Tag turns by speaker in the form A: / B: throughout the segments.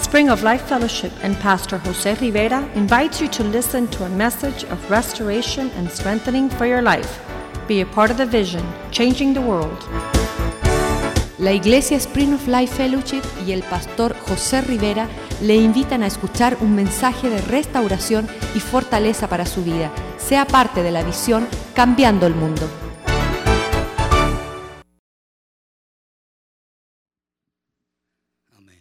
A: Spring of Life Fellowship and Pastor Jose Rivera invites you to listen to a message of restoration and strengthening for your life. Be a part of the vision, changing the world.
B: La Iglesia Spring of Life Fellowship y el pastor José Rivera le invitan a escuchar un mensaje de restauración y fortaleza para su vida. Sea parte de la visión Cambiando el Mundo.
C: Amén.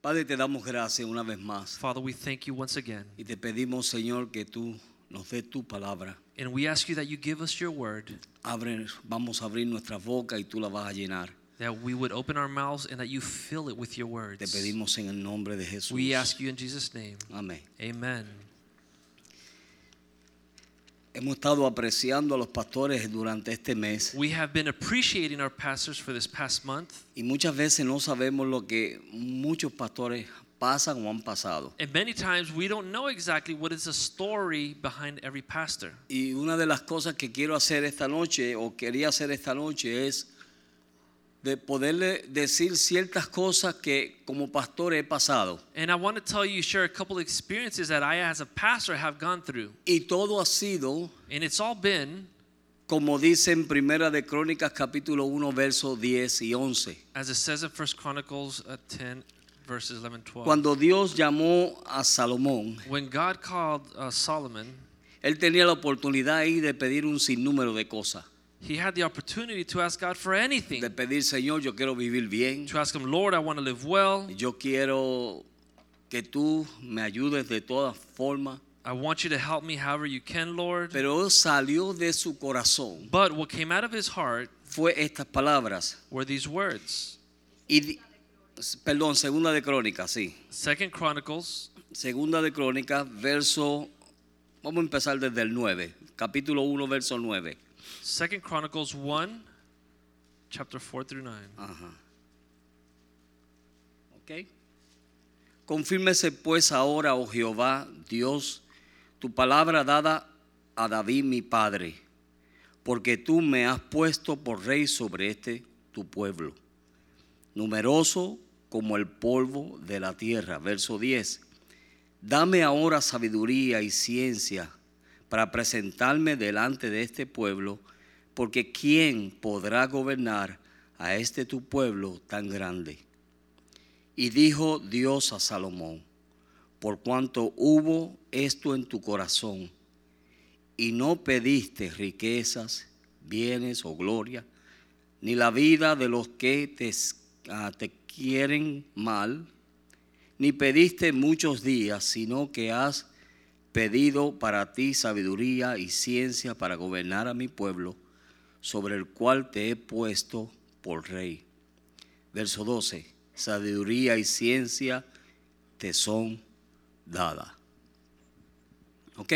C: Padre, te damos gracias una vez más
D: Father, we thank you once again,
C: y te pedimos, Señor, que tú nos des tu palabra.
D: and we ask you that you give us your word,
C: Abre, vamos a abrir nuestra boca y tú la vas a llenar.
D: that we would open our mouths and that you fill it with your
C: Te
D: words.
C: pedimos en el nombre de Jesús.
D: We ask you in Jesus' name.
C: Amén.
D: Amen.
C: Hemos estado apreciando a los pastores durante este mes
D: We have been appreciating our pastors for this past month,
C: y muchas veces no sabemos lo que muchos pastores pasan o han pasado.
D: and many times we don't know exactly what is the story behind every pastor.
C: Y una de las cosas que quiero hacer esta noche o quería hacer esta noche es de poderle decir ciertas cosas que como pastor he pasado.
D: And I want to tell you, share a couple experiences that I, as a pastor, have gone through.
C: Y todo ha sido,
D: And it's all been,
C: como dice en Primera de Crónicas capítulo 1 versos 10 y 11.
D: as it says in First Chronicles uh, 10, verses 11 12.
C: Cuando Dios llamó a Salomón,
D: when God called uh, Solomon,
C: él tenía la oportunidad ahí de pedir un sinnúmero de cosas.
D: he had the opportunity to ask God for anything.
C: De pedir, Señor, yo quiero vivir bien.
D: To ask him, Lord, I want to live well.
C: Yo quiero que tú me ayudes de todas formas.
D: I want you to help me however you can, Lord.
C: Pero salió de su corazón
D: But what came out of his heart
C: fue estas palabras.
D: were these words.
C: Y, di- perdón, segunda de Crónicas, sí.
D: Second Chronicles,
C: Segunda de Crónicas, verso. Vamos a empezar desde el 9, capítulo 1, verso 9.
D: Second Chronicles 1, chapter 4 through 9.
C: Ajá. Ok. Confírmese pues ahora, oh Jehová, Dios, tu palabra dada a David mi padre, porque tú me has puesto por rey sobre este tu pueblo, numeroso como el polvo de la tierra. Verso 10. Dame ahora sabiduría y ciencia para presentarme delante de este pueblo, porque ¿quién podrá gobernar a este tu pueblo tan grande? Y dijo Dios a Salomón, por cuanto hubo esto en tu corazón, y no pediste riquezas, bienes o gloria, ni la vida de los que te, ah, te quieren mal, ni pediste muchos días, sino que has pedido para ti sabiduría y ciencia para gobernar a mi pueblo, sobre el cual te he puesto por rey. Verso 12, sabiduría y ciencia te son dadas. ¿Ok?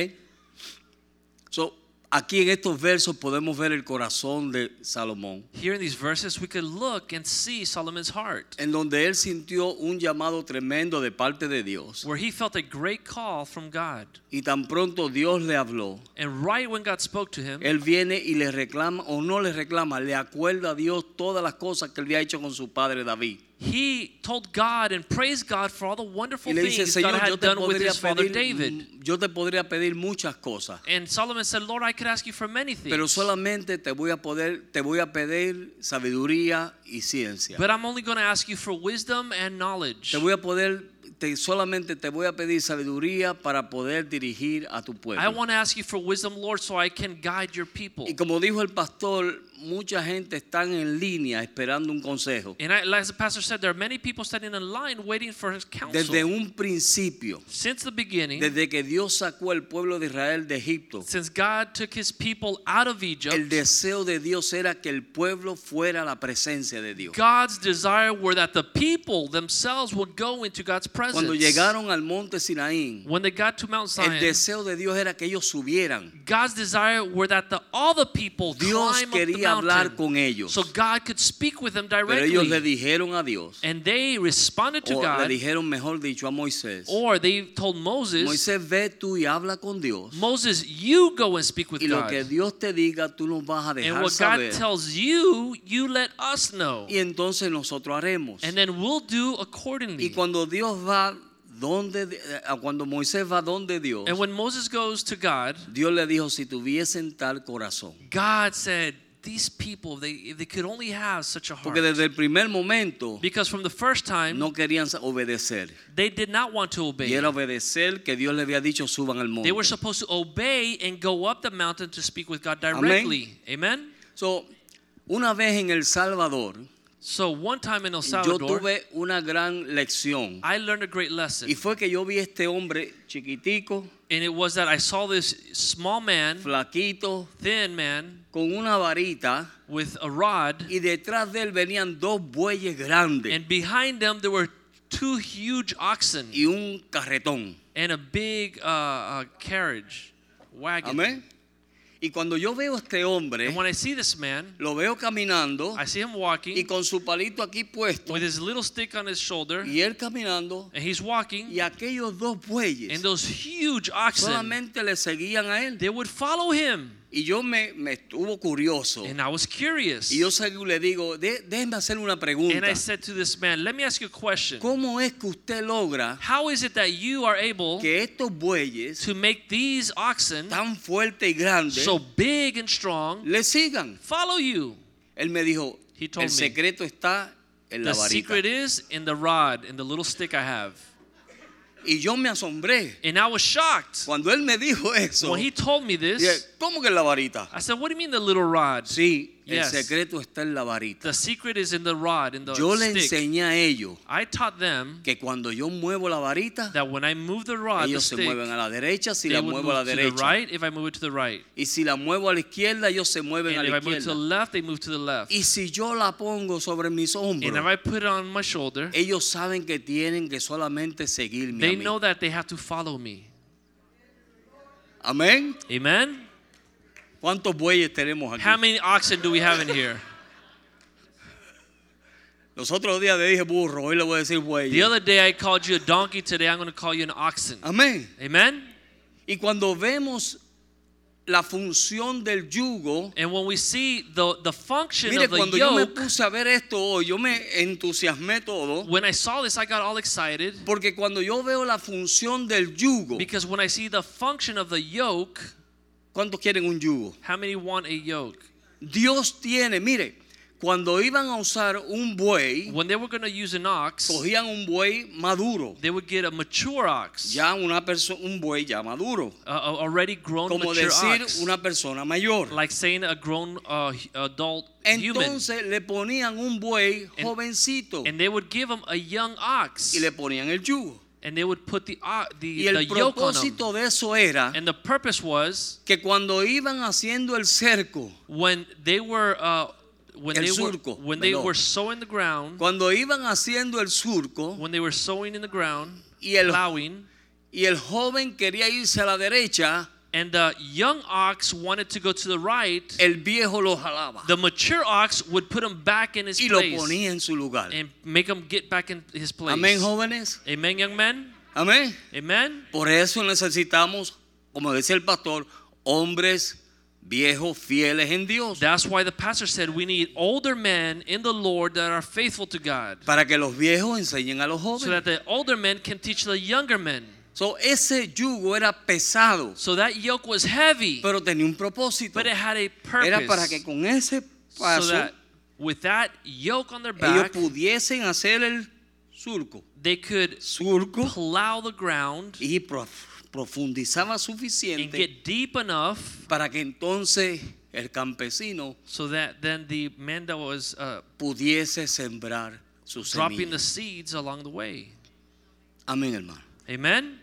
C: So, aquí en estos versos podemos ver el corazón de Salomón,
D: Here in these verses, we could look and see Solomon's heart,
C: en donde él sintió un llamado tremendo de parte de Dios.
D: where he felt a great call from God.
C: Y tan pronto Dios le habló,
D: And right when God spoke to him,
C: él viene y le reclama, o no le reclama, le acuerda a Dios todas las cosas que él había hecho con su padre David.
D: he told God and praised God for all the wonderful
C: Y le dice,
D: things God
C: Señor, yo
D: had
C: te,
D: done with
C: podría
D: his father
C: pedir,
D: David.
C: yo te podría pedir muchas cosas,
D: And Solomon said, Lord, I could ask you for many things.
C: pero solamente te voy a poder, te voy a pedir sabiduría y ciencia.
D: But I'm only going to ask you for wisdom and knowledge.
C: Te voy a poder, te- solamente te voy a pedir sabiduría para poder dirigir a tu
D: I
C: pueblo.
D: want to ask you for wisdom, Lord, so I can guide your people.
C: Y como dijo el pastor, mucha gente está en línea esperando un consejo.
D: And I, as the pastor said, there are many people standing in line waiting for his
C: Desde
D: counsel.
C: un principio,
D: Since the beginning,
C: desde que Dios sacó al pueblo de Israel de Egipto,
D: since God took his people out of
C: el
D: Egypt,
C: deseo de Dios era que el pueblo fuera la presencia de Dios.
D: God's desire were that the people themselves would go into God's
C: Cuando
D: presence.
C: llegaron al monte Sinaí,
D: When they got to Mount
C: el
D: Zion,
C: deseo de Dios era que ellos subieran.
D: God's desire were that the, all the people
C: Dios
D: climb up the
C: quería hablar
D: mountain
C: con ellos.
D: so God could speak with them
C: Pero ellos le
D: directly.
C: dijeron a Dios,
D: And they responded to
C: o le
D: God,
C: dijeron, mejor dicho, a Moisés,
D: or they told Moses,
C: Moisés, ve tú y habla con Dios.
D: Moses, you go and speak with
C: Y lo
D: God.
C: que Dios te diga, tú nos vas a
D: And
C: dejar
D: what God
C: saber.
D: tells you, you let us know.
C: Y entonces nosotros haremos.
D: And then we'll do
C: Y
D: accordingly.
C: cuando Dios va donde, eh, cuando Moisés va donde Dios,
D: And when Moses goes to God,
C: Dios le dijo, si tuviesen tal corazón.
D: God said, These people, they, if they could only have such a heart.
C: Porque desde el primer momento
D: Because from the first time,
C: no querían obedecer.
D: they did not want to
C: Y
D: obey.
C: era obedecer que Dios le había dicho, suban al monte.
D: They were supposed to obey and go up the mountain to speak with God directly. Amen?
C: So, una vez en El Salvador,
D: So one time in
C: yo
D: El Salvador, Ah,
C: tuve una gran lección.
D: I learned a great lesson.
C: Y fue que yo vi a este hombre chiquitico,
D: And it was that I saw this small man,
C: flaquito,
D: thin man,
C: con una varita,
D: with a rod,
C: y detrás de él venían dos bueyes grandes
D: and behind them there were two huge oxen
C: y un carretón.
D: and a big uh, uh, carriage, wagon.
C: Amén. Y cuando yo veo a este hombre,
D: And when I see this man,
C: lo veo caminando
D: I see him
C: y
D: walking
C: con su palito aquí puesto,
D: with his little stick on his shoulder,
C: y él caminando,
D: and he's walking,
C: y aquellos dos bueyes
D: and those huge oxen,
C: solamente le seguían a él.
D: they would follow him.
C: Y yo me, me estuvo curioso.
D: And I was curious.
C: Y yo según le digo, "De- déjeme hacer una
D: And
C: pregunta.
D: I said to this man, let me ask you a question.
C: ¿Cómo es que usted logra
D: How is it that you are able
C: que estos bueyes
D: to make these oxen
C: tan fuertes y grandes
D: so big and strong
C: le sigan?
D: follow you?
C: Él me dijo,
D: He told
C: el
D: me,
C: secreto está en la
D: The
C: varita.
D: secret is in the rod, in the little stick I have.
C: Y yo me asombré
D: And I was shocked
C: cuando él me dijo eso.
D: when he told me
C: dije,
D: this.
C: ¿Cómo que en la varita?
D: I said, "What do you mean the little rod?"
C: Sí,
D: Yes.
C: el secreto está en la varita.
D: The secret is in the rod, in the
C: Yo le
D: stick.
C: enseñé a ellos
D: I taught them
C: que cuando yo muevo la varita,
D: that when I move the rod, the
C: ellos se
D: stick,
C: mueven a la derecha, si
D: they
C: la
D: would
C: muevo a la
D: move to the
C: derecha.
D: right if I move it to the right,
C: Y si la muevo a la izquierda, ellos se mueven a
D: and if
C: la
D: I move it to the
C: izquierda.
D: left, they move to the left.
C: Y si yo la pongo sobre mis
D: And if
C: hombros,
D: I put it on my shoulder,
C: ellos saben que tienen que solamente seguirme. a
D: they
C: mí.
D: know that they have to follow me.
C: Amén.
D: Amen.
C: ¿Cuántos bueyes tenemos
D: How
C: aquí?
D: many oxen do we have in here?
C: Los otros días le dije burro, hoy le voy a decir
D: The
C: bueyes.
D: other day I called you a donkey. Today I'm going to call you an oxen.
C: Amén.
D: Amen.
C: Y cuando vemos la función del yugo,
D: And when we see the, the function
C: mire,
D: of the
C: cuando yo me
D: yoke,
C: puse a ver esto hoy, yo me entusiasmé todo,
D: when I saw this, I got all excited
C: porque cuando yo veo la función del yugo,
D: because when I see the function of the yoke,
C: ¿cuántos quieren un yugo?
D: how many want a yoke?
C: Dios tiene, mire, cuando iban a usar un buey,
D: When they were going to use an ox,
C: cogían un buey maduro,
D: they would get a mature ox,
C: ya una perso- un buey ya maduro,
D: a, a already grown
C: como
D: mature
C: decir
D: ox,
C: una persona mayor.
D: like saying a grown uh, hu- adult human.
C: Entonces le ponían un buey
D: And-
C: jovencito
D: And they would give them a young ox,
C: y le ponían el yugo.
D: and they would put the, o-
C: Y
D: the, the
C: el
D: yoke on them.
C: propósito de eso era
D: And the purpose was
C: que cuando iban haciendo el cerco,
D: when they were uh, when
C: El
D: they
C: surco,
D: were when they
C: perdón.
D: were sowing the ground,
C: cuando iban haciendo el surco
D: when they were sowing in the ground,
C: Y el-
D: plowing,
C: y el joven quería irse a la derecha,
D: and the young ox wanted to go to the right,
C: el viejo lo jalaba
D: the mature ox would put him back in his
C: y lo
D: place
C: ponía en su lugar.
D: and make him get back in his place.
C: Amén, jóvenes.
D: Amen, young men.
C: Amén.
D: Amen.
C: Por eso necesitamos, como decía el pastor, hombres viejos fieles en Dios,
D: That's why the pastor said we need older men in the Lord that are faithful to God,
C: para que los viejos enseñen a los
D: so
C: jóvenes.
D: that the older men can teach the younger men.
C: So, ese yugo era pesado,
D: So that yoke was heavy.
C: pero tenía un propósito.
D: But it had a purpose.
C: Era para que con ese
D: so
C: paso
D: that with that yoke on their
C: ellos
D: back,
C: pudiesen hacer el surco,
D: they could
C: surco
D: plow the ground
C: y prof- profundizaba
D: and
C: suficiente
D: get deep enough
C: para que entonces el campesino
D: so that then the man that was uh,
C: pudiese sembrar sus
D: dropping the
C: semillas.
D: seeds along the way.
C: Amén, hermano.
D: Amen?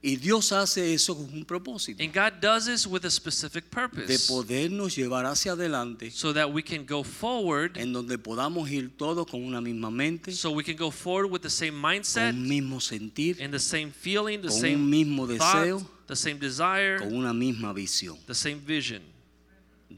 C: Y Dios hace eso con un propósito.
D: And God does this with a specific
C: de
D: purpose
C: podernos llevar hacia adelante,
D: so that we can go forward,
C: en donde podamos ir todos con una misma mente,
D: so we can go forward with the same
C: con
D: mindset
C: un mismo sentir,
D: and the same feeling, the
C: con un
D: same
C: mismo
D: thought,
C: deseo,
D: the same desire,
C: con una misma visión.
D: the same vision.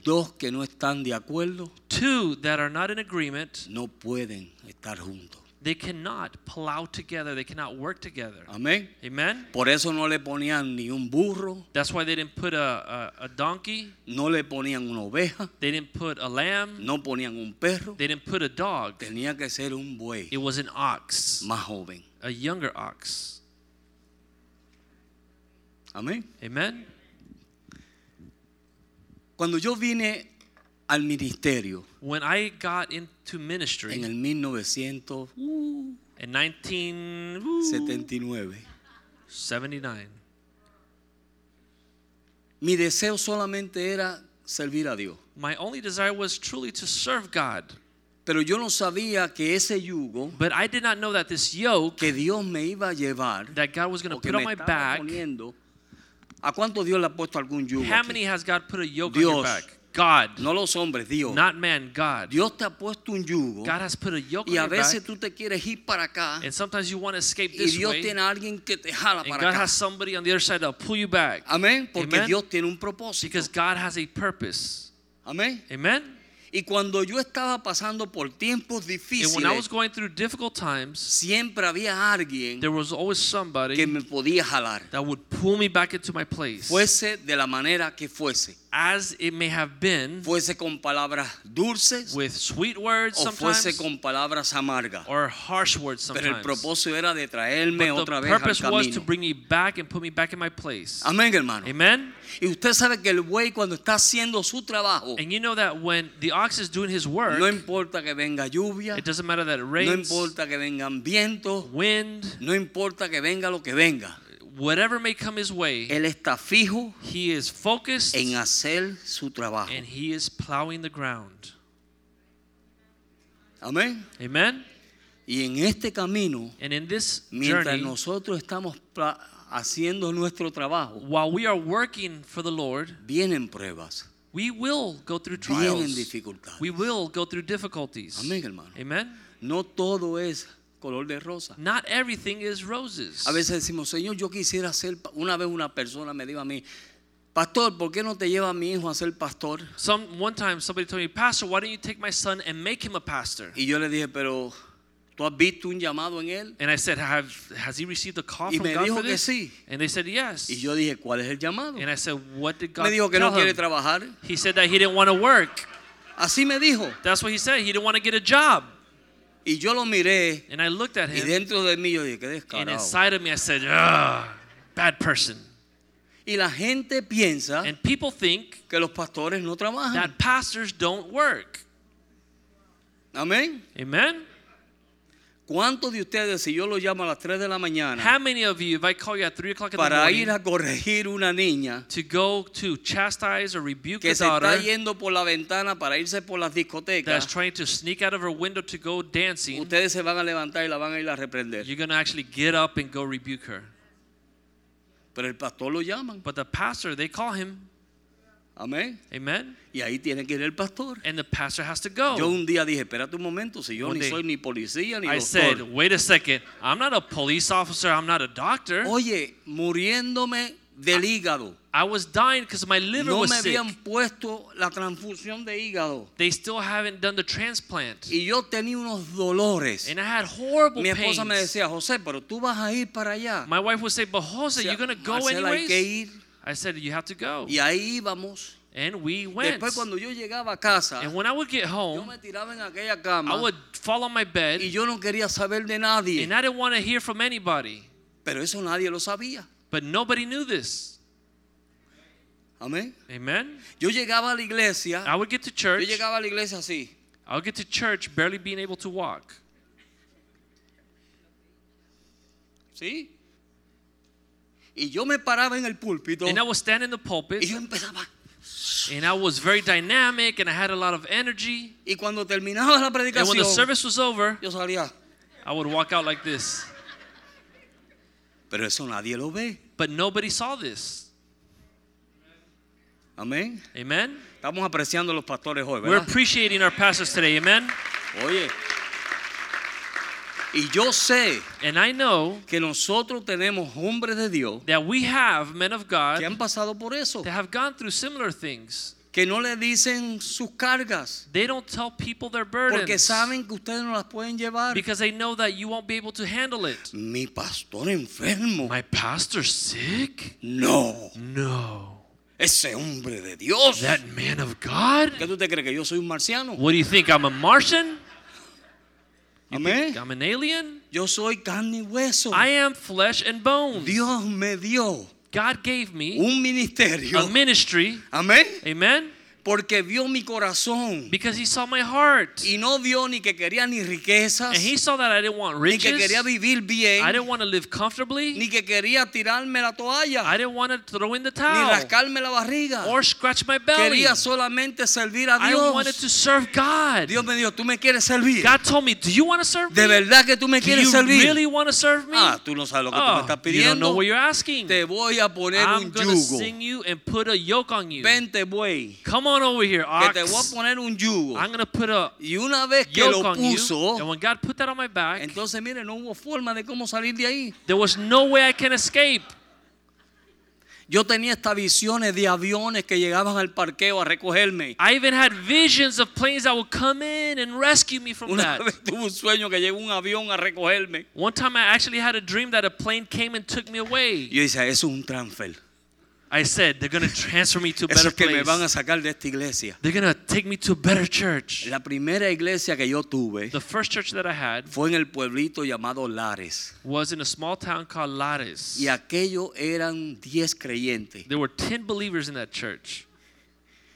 C: Dos que no están de acuerdo
D: Two that are not in agreement,
C: no pueden estar juntos.
D: they cannot plow together, they cannot work together.
C: Amén.
D: Amen?
C: Por eso no le ponían ni un burro,
D: That's why they didn't put a, a, a donkey,
C: no le ponían una oveja,
D: they didn't put a lamb,
C: no ponían un perro.
D: they didn't put a dog.
C: Tenía que ser un buey
D: It was an ox,
C: más joven.
D: a younger ox.
C: Amén.
D: Amen?
C: Cuando yo vine al ministerio
D: When I got into
C: en
D: ministry
C: el 1979,
D: in 1979,
C: mi deseo solamente era servir a Dios.
D: my only desire was truly to serve God.
C: Pero yo no sabía que ese yugo
D: But I did not know that this yoke
C: que Dios me iba a llevar,
D: that God was going to
C: o que
D: put on
C: me
D: my
C: estaba
D: back,
C: poniendo, ¿a cuánto Dios le ha puesto algún yugo?
D: how
C: aquí?
D: many has God put a yoke on your
C: Dios.
D: back? God,
C: No los hombres, Dios.
D: not man, God.
C: Dios te ha puesto un yugo
D: God has put a yoke on
C: y a
D: your back.
C: veces tú te quieres ir para acá
D: And sometimes you want to escape
C: y
D: this
C: Dios
D: way,
C: tiene a alguien que te jala
D: and
C: para
D: God
C: acá. Ah.
D: has somebody on the other side that'll pull you back.
C: Amén, porque
D: Amen.
C: Dios tiene un propósito.
D: Because God has a purpose.
C: Amén.
D: Amen?
C: Y cuando yo estaba pasando por tiempos
D: And when I was
C: difíciles,
D: going through difficult times,
C: siempre había alguien
D: there was always somebody
C: que me podía jalar,
D: that would pull me back into my place.
C: fuese de la manera que fuese,
D: As it may have been,
C: fuese con palabras dulces
D: with sweet words
C: o fuese
D: sometimes,
C: con palabras amargas.
D: or harsh words
C: Pero el
D: sometimes.
C: propósito era de traerme
D: But
C: otra
D: the
C: vez al
D: purpose was to
C: camino.
D: bring me back and put me back in my place.
C: Amén, hermano.
D: Amen?
C: Y usted sabe que el buey cuando está haciendo su trabajo,
D: And you know that when the ox is doing his work,
C: no importa que venga lluvia,
D: it doesn't matter that it
C: no
D: rains,
C: importa que vengan vientos,
D: wind,
C: no importa que venga lo que venga,
D: whatever may come his way,
C: él está fijo
D: he is focused
C: en hacer su trabajo.
D: and he is plowing the ground.
C: Amén.
D: Amen?
C: Y en este camino,
D: And in this
C: mientras
D: journey,
C: nosotros estamos pla- haciendo nuestro trabajo,
D: while we are working for the Lord,
C: vienen pruebas,
D: we will go through
C: vienen
D: trials.
C: dificultades.
D: We will go through difficulties.
C: Amén, hermano.
D: Amen?
C: No todo es color de rosa.
D: Not everything is roses.
C: A veces decimos, Señor, yo quisiera ser, pa-". una vez una persona me dijo a mí, Pastor, ¿por qué no te lleva a mi hijo a ser pastor?
D: Some one time somebody told me, Pastor, why don't you take my son and make him a pastor?
C: Y yo le dije, pero ¿tú has visto un llamado en él?
D: And I said, Have has he received a call
C: Y
D: from
C: me
D: God
C: dijo
D: for
C: que
D: this?
C: sí.
D: And they said yes.
C: Y yo dije, ¿cuál es el llamado?
D: and I said, What did God
C: Me dijo que
D: tell
C: no quiere
D: him?"
C: trabajar.
D: He said that he didn't want to work.
C: Así me dijo.
D: That's what he said. He didn't want to get a job.
C: Y yo lo miré
D: And I looked at
C: y
D: him,
C: dentro de mí yo dije, qué
D: and
C: descarado.
D: inside of me I said, Ugh, bad person.
C: Y la gente piensa
D: And people think
C: que los pastores no trabajan.
D: that pastors don't work.
C: Amén.
D: Amen?
C: ¿Cuántos de ustedes, si yo lo llamo a las 3 de la mañana
D: How many of you, if I call you at 3 o'clock in the
C: para
D: morning
C: ir a corregir una niña
D: to go to chastise or rebuke
C: que
D: a
C: se está
D: daughter
C: yendo por la ventana para irse por las
D: that's
C: discotecas,
D: trying to sneak out of her window to go dancing,
C: ustedes se van a levantar y la van a ir a reprender?
D: you're going to actually get up and go rebuke her.
C: Pero el pastor lo llaman.
D: But the pastor, they call him.
C: Amén.
D: Amen?
C: Y ahí tiene que ir el pastor.
D: And the pastor has to
C: Yo
D: go.
C: un día dije, espérate un momento, si yo
D: One
C: ni
D: day,
C: soy ni policía ni
D: I
C: doctor.
D: said, wait a second. I'm not a police officer. I'm not a doctor.
C: Oye, muriéndome del hígado.
D: I was dying because my liver
C: No
D: Ah, was
C: me
D: sick.
C: habían puesto la transfusión de hígado.
D: They still haven't done the transplant.
C: Y yo tenía unos dolores.
D: And I had horrible
C: Mi
D: pains.
C: esposa me decía, José, pero tú vas a ir para allá.
D: My wife would say, but Jose,
C: Decía,
D: you're going to go
C: "Marcela, hay que
D: anyways?
C: ir.
D: I said, you have to go.
C: Y ahí íbamos.
D: And we went.
C: Después cuando yo llegaba a casa,
D: And when I would get
C: yo
D: home,
C: me tiraba en aquella
D: I
C: cama
D: would fall on my bed.
C: y yo no quería saber de nadie.
D: And I didn't want to hear from anybody.
C: Pero eso nadie lo sabía.
D: But nobody knew this.
C: Amén.
D: Amen?
C: Yo llegaba a la iglesia,
D: I would get to
C: yo
D: church.
C: llegaba a la iglesia así.
D: I would get to church barely being able to walk.
C: ¿Sí? Y yo me paraba en el púlpito
D: And I would stand in the pulpit.
C: y yo empezaba.
D: And I was very dynamic and I had a lot of energy.
C: Y cuando terminaba la
D: And when the
C: predicación,
D: service was over,
C: yo salía.
D: I would walk out like this.
C: Pero eso nadie lo ve.
D: But nobody saw this.
C: Amén.
D: Amen?
C: Estamos apreciando a los pastores hoy,
D: We're
C: ¿verdad?
D: appreciating our pastors today. Amen?
C: Oye. Y yo sé
D: And I know
C: que nosotros tenemos hombres de Dios
D: that we have men of God
C: que han pasado por eso.
D: that have gone through similar things.
C: que no le dicen sus cargas,
D: They don't tell people their
C: porque
D: burdens
C: saben que ustedes no las pueden llevar.
D: because they know that you won't be able to handle it.
C: Mi pastor enfermo.
D: My pastor's sick?
C: No,
D: No.
C: ese hombre de Dios.
D: That man of God?
C: ¿Qué tú te crees que yo soy un marciano?
D: What do you think? I'm a Martian?
C: Amén.
D: I'm an alien?
C: Yo soy carne y hueso.
D: I am flesh and bone.
C: Dios me dio
D: God gave me
C: un ministerio.
D: a ministry.
C: Amén.
D: Amen.
C: Porque vio mi corazón
D: Because he saw my heart.
C: y no vio ni que quería ni riquezas,
D: And he saw that I didn't want
C: ni que quería
D: riches.
C: vivir
D: I
C: bien,
D: didn't want to live comfortably.
C: ni que quería tirarme la
D: I
C: toalla,
D: didn't want to throw in the
C: ni
D: towel
C: rascarme la barriga.
D: or scratch my belly.
C: Quería solamente servir a
D: I wanted to
C: Dios.
D: serve God.
C: Dios me dijo, ¿tú me quieres servir?
D: God told me, Do you want to serve
C: ¿De
D: me?
C: verdad que tú me
D: Do
C: quieres
D: you really
C: servir?
D: want to serve me?
C: Ah, tú no sabes lo que tú me
D: Oh,
C: estás
D: you don't know
C: pidiendo.
D: what you're asking.
C: Te voy a poner
D: I'm
C: un
D: going to
C: yugo.
D: sing you and put a yoke on you.
C: Vente, buey.
D: Come on over here,
C: Que te voy a
D: ox.
C: poner un yugo.
D: I'm going to put a
C: Y una vez que
D: yoke
C: lo
D: on you. And
C: puso,
D: when God put that on my back,
C: entonces mire, no hubo forma de cómo salir de ahí.
D: there was no way I can escape.
C: Yo tenía estas visiones de aviones que llegaban al parqueo a recogerme.
D: I even had visions of planes that would come in and rescue me from
C: Una
D: that.
C: vez tuve un sueño que llegó un avión a recogerme.
D: One time I actually had a dream that a plane came and took me away.
C: Y yo decía, eso es un transfer.
D: I said, they're going to transfer me to a
C: Eso
D: better
C: es que me van a
D: place.
C: sacar de esta iglesia.
D: They're going to take me to a better church.
C: La primera iglesia que yo tuve
D: The first church that I had
C: fue en el pueblito llamado Lares.
D: was in a small town called Lares.
C: Y aquello eran 10 creyentes.
D: There were 10 believers in that church.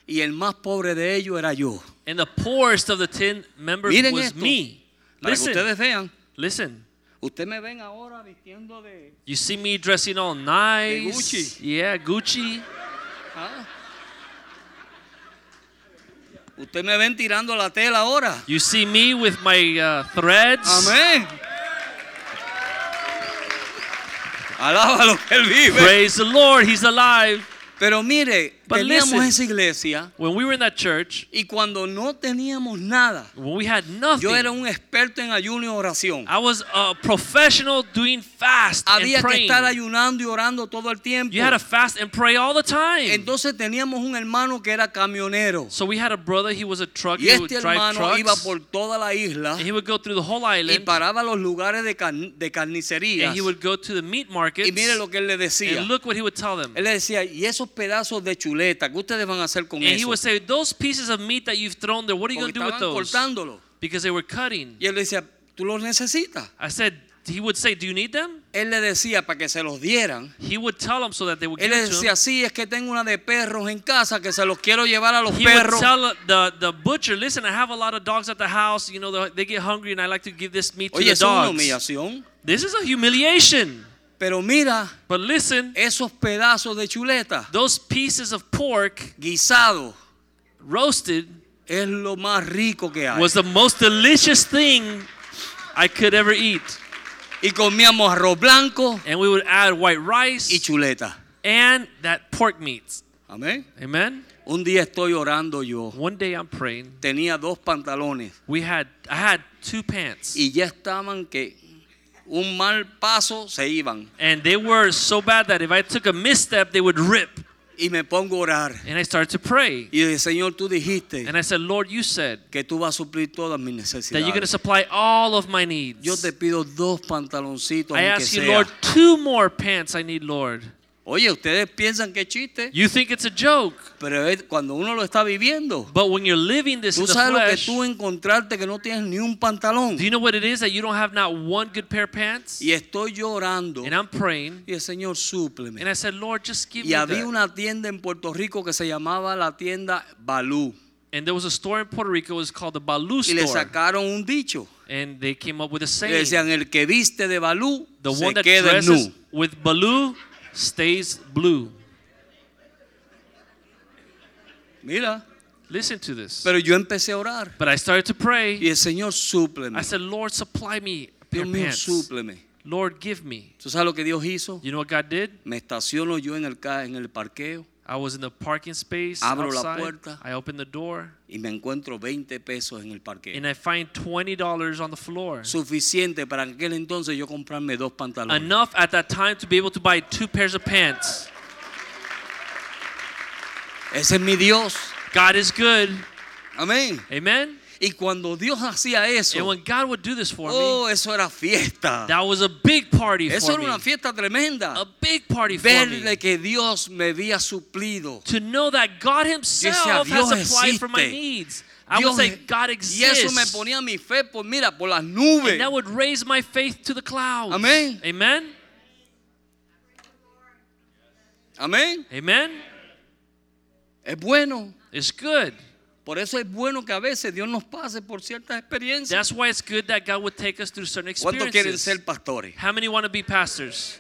C: Y el más pobre de ellos era yo.
D: And the poorest of the 10 members
C: Miren
D: was
C: esto.
D: me.
C: Para que
D: Listen,
C: ustedes vean.
D: listen.
C: Ustedes me ven ahora vistiendo de...
D: You see me dressing all nice.
C: Gucci.
D: Yeah, Gucci.
C: ¿ah? Ustedes me ven tirando la tela ahora.
D: You see me with my uh, threads.
C: Amén. Alaba lo que él vive.
D: Praise the Lord, he's alive.
C: Pero mire,
D: But
C: teníamos
D: listen.
C: esa iglesia
D: When we were in that church,
C: y cuando no teníamos nada,
D: when we had nothing,
C: yo era un experto en ayuno y oración.
D: I was a professional doing fast
C: Había
D: and
C: que
D: praying.
C: estar ayunando y orando todo el tiempo.
D: you had to fast and pray all the time.
C: Entonces teníamos un hermano que era camionero
D: so we had a brother, he was a trucker,
C: y
D: he would
C: este
D: drive
C: hermano
D: trucks.
C: iba por toda la isla
D: and he would go through the whole
C: y
D: island.
C: paraba los lugares de, carnicería
D: And he would go to the meat markets.
C: Y mire lo que él le decía.
D: and look what he would tell them.
C: Él le decía, y esos pedazos de chuleta, ¿qué ustedes van a hacer con
D: and he
C: eso?
D: would say, Those pieces of meat that you've thrown there, what are you
C: Porque
D: going to do with
C: estaban
D: those?
C: cortándolo.
D: Because they were cutting.
C: Y él le decía, ¿tú los necesitas?
D: I said, He would say, Do you need them?
C: Él le decía para que se los dieran.
D: He would tell them so that they would
C: Él
D: give
C: le
D: it to
C: decía,
D: him.
C: sí, es que tengo una de perros en casa que se los quiero llevar a los
D: He would
C: perros.
D: tell the, the butcher, Listen, I have a lot of dogs at the house. You know, they- they get hungry, and I like to give this meat to
C: Oye,
D: the
C: eso es una
D: dogs.
C: humillación.
D: This is a humiliation.
C: Pero mira,
D: But listen,
C: esos pedazos de chuleta
D: those pieces of pork
C: guisado
D: roasted
C: es lo más rico que hay.
D: was the most delicious thing I could ever eat.
C: Y comíamos arroz blanco
D: And we would add white
C: y
D: rice
C: chuleta.
D: and that pork meat.
C: Amén.
D: Amen.
C: Un día estoy orando yo.
D: One day I'm praying.
C: Tenía dos pantalones
D: We had I had two pants.
C: y ya estaban que un mal paso se iban.
D: And they were so bad that if I took a misstep, they would rip.
C: Y me pongo a orar.
D: And I started to pray.
C: Y dije, Señor, tú dijiste
D: And I said, Lord, you said
C: que tú vas a suplir todas mis
D: that you're gonna
C: necesidades.
D: supply all of my needs.
C: Yo te pido dos pantaloncitos,
D: I
C: aunque
D: ask you,
C: sea.
D: Lord, two more pants I need, Lord.
C: Oye, ustedes piensan que es chiste,
D: You think it's a joke,
C: pero es cuando uno lo está viviendo,
D: but when you're living this in
C: tú
D: the
C: sabes lo que
D: flesh,
C: tú encontrarte que no tienes ni un pantalón.
D: do you know what it is that you don't have not one good pair of pants?
C: Y estoy llorando.
D: And I'm praying.
C: Y el Señor,
D: And
C: súpleme.
D: I said, Lord, just give
C: Y
D: me
C: había
D: that.
C: una tienda en Puerto Rico que se llamaba la tienda Balú.
D: And there was a store in Puerto Rico. It was called the Baloo
C: Y le
D: store.
C: sacaron un dicho.
D: And they came up with a
C: Le
D: saying:
C: decían, el que viste de Balú
D: "The
C: se
D: one that
C: queda en
D: dresses
C: nu.
D: with Baloo stays blue."
C: Mira,
D: Listen to this.
C: pero yo empecé a orar.
D: But I started to
C: Y
D: pray.
C: el Señor súpleme.
D: I said, "Lord, supply me a pair
C: Dios
D: of
C: mío,
D: pants.
C: súpleme.
D: Lord, give me."
C: ¿Tú sabes lo que Dios hizo?
D: You know what God did?
C: Me estaciono yo en el, ca- en el parqueo
D: I was in the parking space
C: Abro la
D: outside.
C: puerta.
D: I opened the door
C: y me encuentro 20 pesos en el parqueo.
D: and I find twenty dollars on the floor.
C: Suficiente para aquel entonces yo comprarme dos pantalones.
D: Enough at that time to be able to buy two pairs of pants.
C: Ese es mi Dios.
D: God is good.
C: Amén.
D: Amen.
C: Y cuando Dios hacía
D: And
C: eso,
D: when God would do this for me,
C: oh, eso era fiesta.
D: that was a big party
C: Eso
D: for
C: era
D: me.
C: una fiesta
D: A
C: tremenda.
D: big party for me.
C: Verle que Dios me había suplido.
D: To know that God Himself has
C: Dios
D: supplied for my
C: existe.
D: needs. I
C: Dios
D: would say,
C: es-
D: God
C: y eso me
D: exists.
C: ponía mi fe por, mira, por las
D: And
C: nubes.
D: that would raise my faith to the clouds.
C: Amén.
D: Amen.
C: Amén.
D: Amen.
C: Es bueno.
D: It's good.
C: Por eso es bueno que a veces Dios nos pase por ciertas experiencias.
D: That's why it's good that God would take us through certain
C: ¿Cuántos quieren
D: experiences.
C: ser pastores?
D: How many want to be pastors?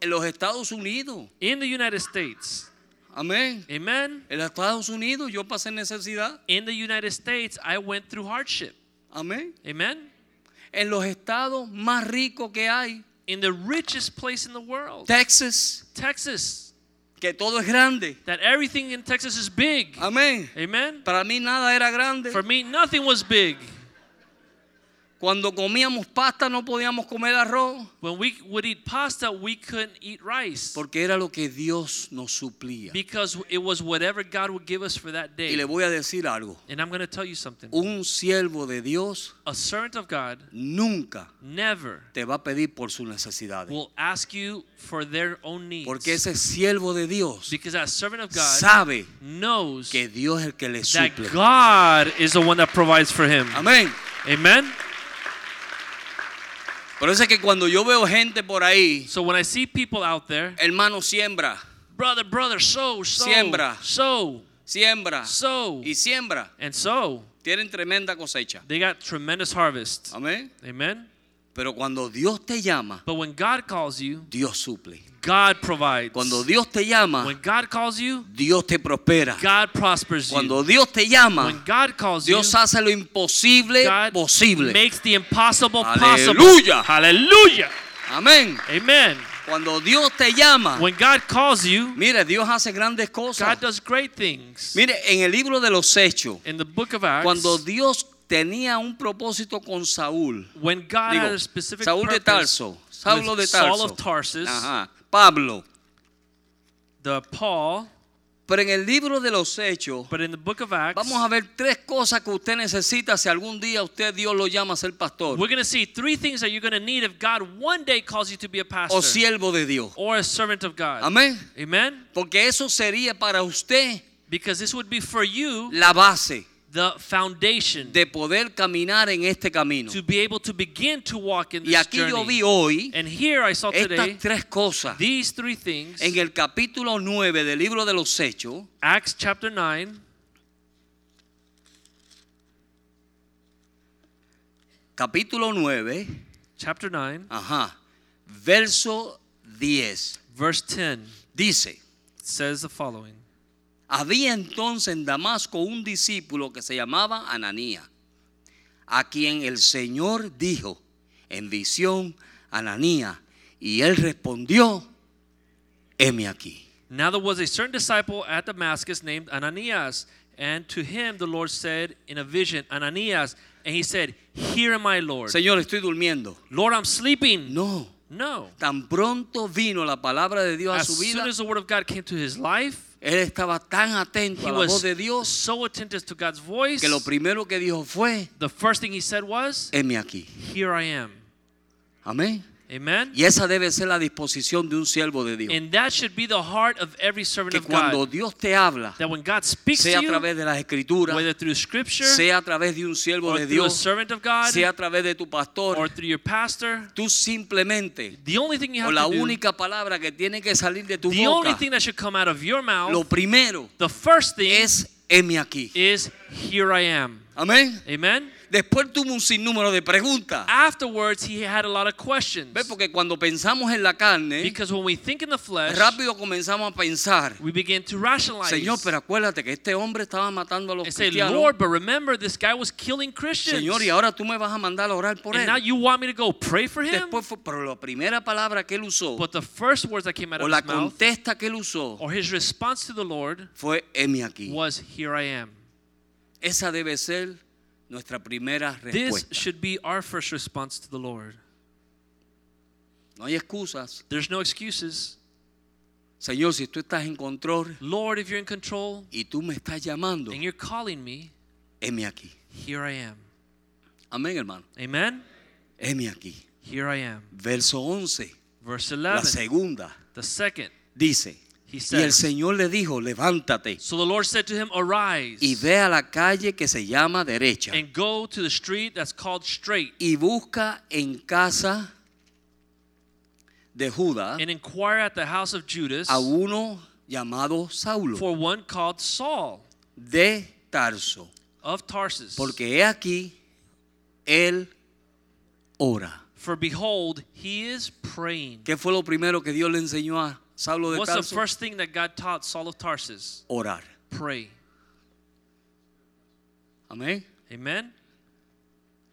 C: En los Estados Unidos.
D: In the United States.
C: Amén.
D: Amen.
C: En los Estados Unidos yo pasé necesidad.
D: In the United States, I went through hardship.
C: Amén.
D: Amen.
C: En los estados más ricos que hay.
D: In the richest place in the world,
C: Texas,
D: Texas.
C: que todo es grande.
D: That everything in Texas is big.
C: Amén.
D: Amen.
C: Para mí nada era grande.
D: For me, nothing was big.
C: Cuando comíamos pasta no podíamos comer arroz.
D: When we would eat pasta, we couldn't eat rice
C: Porque era lo que Dios nos suplía.
D: because it was whatever God would give us for that
C: Y
D: day.
C: le voy a decir algo.
D: And I'm going to tell you something.
C: Un siervo de Dios
D: A servant of God
C: nunca
D: never
C: te va a pedir por sus necesidades.
D: will ask you for their own
C: Porque
D: needs.
C: ese siervo de Dios
D: Because that servant of God
C: sabe
D: knows
C: que Dios es el que le
D: ¿eh? that
C: suple.
D: God is the one that provides for him.
C: Amén.
D: Amen.
C: Por eso es que cuando yo veo gente por ahí,
D: So when I see people out there,
C: hermano, siembra,
D: brother, brother, so, so,
C: Siembra.
D: so,
C: siembra
D: so,
C: y siembra.
D: and so,
C: Tienen tremenda cosecha.
D: they got tremendous harvest.
C: Amén.
D: Amen.
C: Pero cuando Dios te llama,
D: But when God calls you,
C: Dios suple.
D: God provides.
C: Cuando Dios te llama,
D: when God calls you,
C: Dios te prospera.
D: God prospers you.
C: Cuando Dios te
D: When
C: llama,
D: God calls you,
C: Dios hace lo imposible
D: God
C: posible.
D: makes the impossible possible.
C: Aleluya.
D: Hallelujah.
C: Amén.
D: Amen.
C: Cuando Dios te llama,
D: When God calls you,
C: mire, Dios hace grandes cosas.
D: God does great things.
C: Mire, en el libro de los Hechos,
D: In the book of Acts,
C: cuando Dios tenía un propósito con Saúl,
D: when God
C: digo,
D: had a specific
C: Saúl de
D: purpose
C: Tarso, Saulo
D: with
C: de
D: Saul
C: Tarso,
D: of Tarsus,
C: ajá, Pablo,
D: the Paul,
C: pero en el libro de los Hechos,
D: but in the book of Acts,
C: vamos a ver tres cosas que usted necesita si algún día usted Dios lo llama a ser pastor
D: we're going to see three things that you're going to need if God one day calls you to be a pastor
C: o siervo de Dios.
D: or a servant of God.
C: Amén.
D: Amen?
C: Porque eso sería para usted
D: Because this would be for you
C: la base
D: the foundation
C: de poder caminar en este camino.
D: to be able to begin to walk in
C: Y
D: this
C: aquí
D: journey.
C: yo vi hoy
D: And here I saw today
C: estas tres cosas.
D: these three things.
C: En el capítulo 9 del libro de los Hechos,
D: Acts chapter 9,
C: capítulo 9,
D: chapter 9,
C: ajá, verso 10,
D: verse 10
C: dice,
D: says the following.
C: había entonces en Damasco un discípulo que se llamaba Ananía, a quien el Señor dijo en visión, Ananía, y él respondió, heme aquí.
D: Now there was a certain disciple at Damascus named Ananias, and to him the Lord said in a vision, Ananias, and he said, Here am I, Lord.
C: Señor, estoy durmiendo.
D: Lord, I'm sleeping.
C: No,
D: No.
C: tan pronto vino la palabra de Dios a
D: As
C: su
D: soon
C: vida,
D: as the word of God came to his life,
C: él estaba tan atento
D: he
C: a la voz
D: was
C: de Dios
D: so attentive to God's voice.
C: que lo primero que dijo fue,
D: The first thing he said was,
C: heme aquí.
D: Here I am.
C: Amén.
D: Amen.
C: Y esa debe ser la disposición de un siervo de Dios.
D: And that should be the heart of every servant
C: Que
D: of God.
C: cuando Dios te habla,
D: that when God speaks
C: sea
D: to
C: a
D: you,
C: través de las escrituras,
D: whether through scripture
C: sea a través de un siervo
D: or
C: de
D: through a
C: Dios,
D: servant of God
C: sea a través de tu
D: or
C: pastor,
D: through your pastor,
C: tú simplemente,
D: the only thing you
C: o
D: have
C: la
D: to do
C: única palabra que tiene que salir de tu
D: The only
C: boca,
D: thing that should come out of your
C: lo
D: mouth,
C: primero
D: the first thing
C: es heme aquí.
D: is here I am.
C: Amén.
D: Amen.
C: Después tuvo un sinnúmero de preguntas.
D: Afterwards, he had a lot of questions.
C: ¿Ves? Porque cuando pensamos en la carne,
D: Because when we think in the flesh,
C: rápido comenzamos a pensar,
D: we begin to rationalize
C: Señor, pero acuérdate que este hombre estaba matando a los
D: and say,
C: cristianos.
D: Lord, but remember, this guy was killing Christians.
C: Señor, y ahora tú me vas a mandar a orar por
D: and now
C: él.
D: you want me to go pray for him?
C: Después fue, pero la primera palabra que él usó,
D: But the first words that came out
C: o
D: of
C: la
D: his mouth,
C: contesta que él usó,
D: or his response to the Lord,
C: fue heme aquí.
D: was here I am.
C: Esa debe ser nuestra primera
D: This
C: respuesta.
D: should be our first response to the Lord.
C: No hay excusas.
D: There's no excuses.
C: Señor, si tú estás en control
D: Lord, if you're in control
C: y tú me estás llamando,
D: and you're calling me,
C: heme aquí.
D: here I am.
C: Amén, hermano.
D: Amen?
C: Heme aquí.
D: Here I am.
C: Verso 11,
D: Verse
C: la
D: 11,
C: segunda,
D: the second.
C: dice,
D: He
C: y
D: said-
C: el Señor le dijo, levántate
D: So the Lord said to him, Arise
C: y ve a la calle que se llama derecha
D: and go to the street that's called straight
C: y busca en casa de Judá
D: and inquire at the house of Judas
C: a uno llamado Saulo
D: for one called Saul
C: de Tarso,
D: of Tarsus.
C: porque he aquí, él ora.
D: For behold, he is praying.
C: ¿Qué fue lo primero que Dios le enseñó a Saulo de
D: What's the
C: Tarso?
D: first thing that God taught Saul of Tarsus?
C: Orar.
D: Pray.
C: Amén.
D: Amen?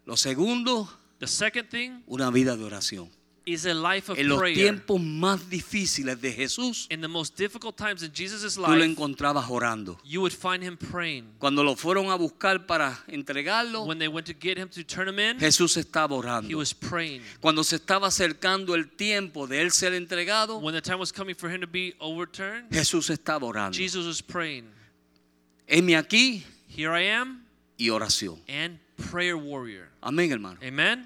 C: Lo segundo,
D: The second thing
C: una vida de oración.
D: is a life of
C: En los
D: prayer.
C: tiempos más difíciles de Jesús,
D: In the most difficult times in Jesus'
C: tú lo
D: life,
C: encontrabas orando.
D: you would find him praying.
C: Cuando lo fueron a buscar para entregarlo,
D: When they went to get him to turn him in,
C: Jesús estaba
D: he
C: orando.
D: was praying.
C: Cuando se estaba acercando el tiempo de él ser entregado,
D: When the time was coming for him to be overturned,
C: Jesús estaba orando.
D: Jesus was praying.
C: Heme aquí
D: Here I am
C: y oración.
D: and prayer warrior.
C: Amén, hermano.
D: Amen.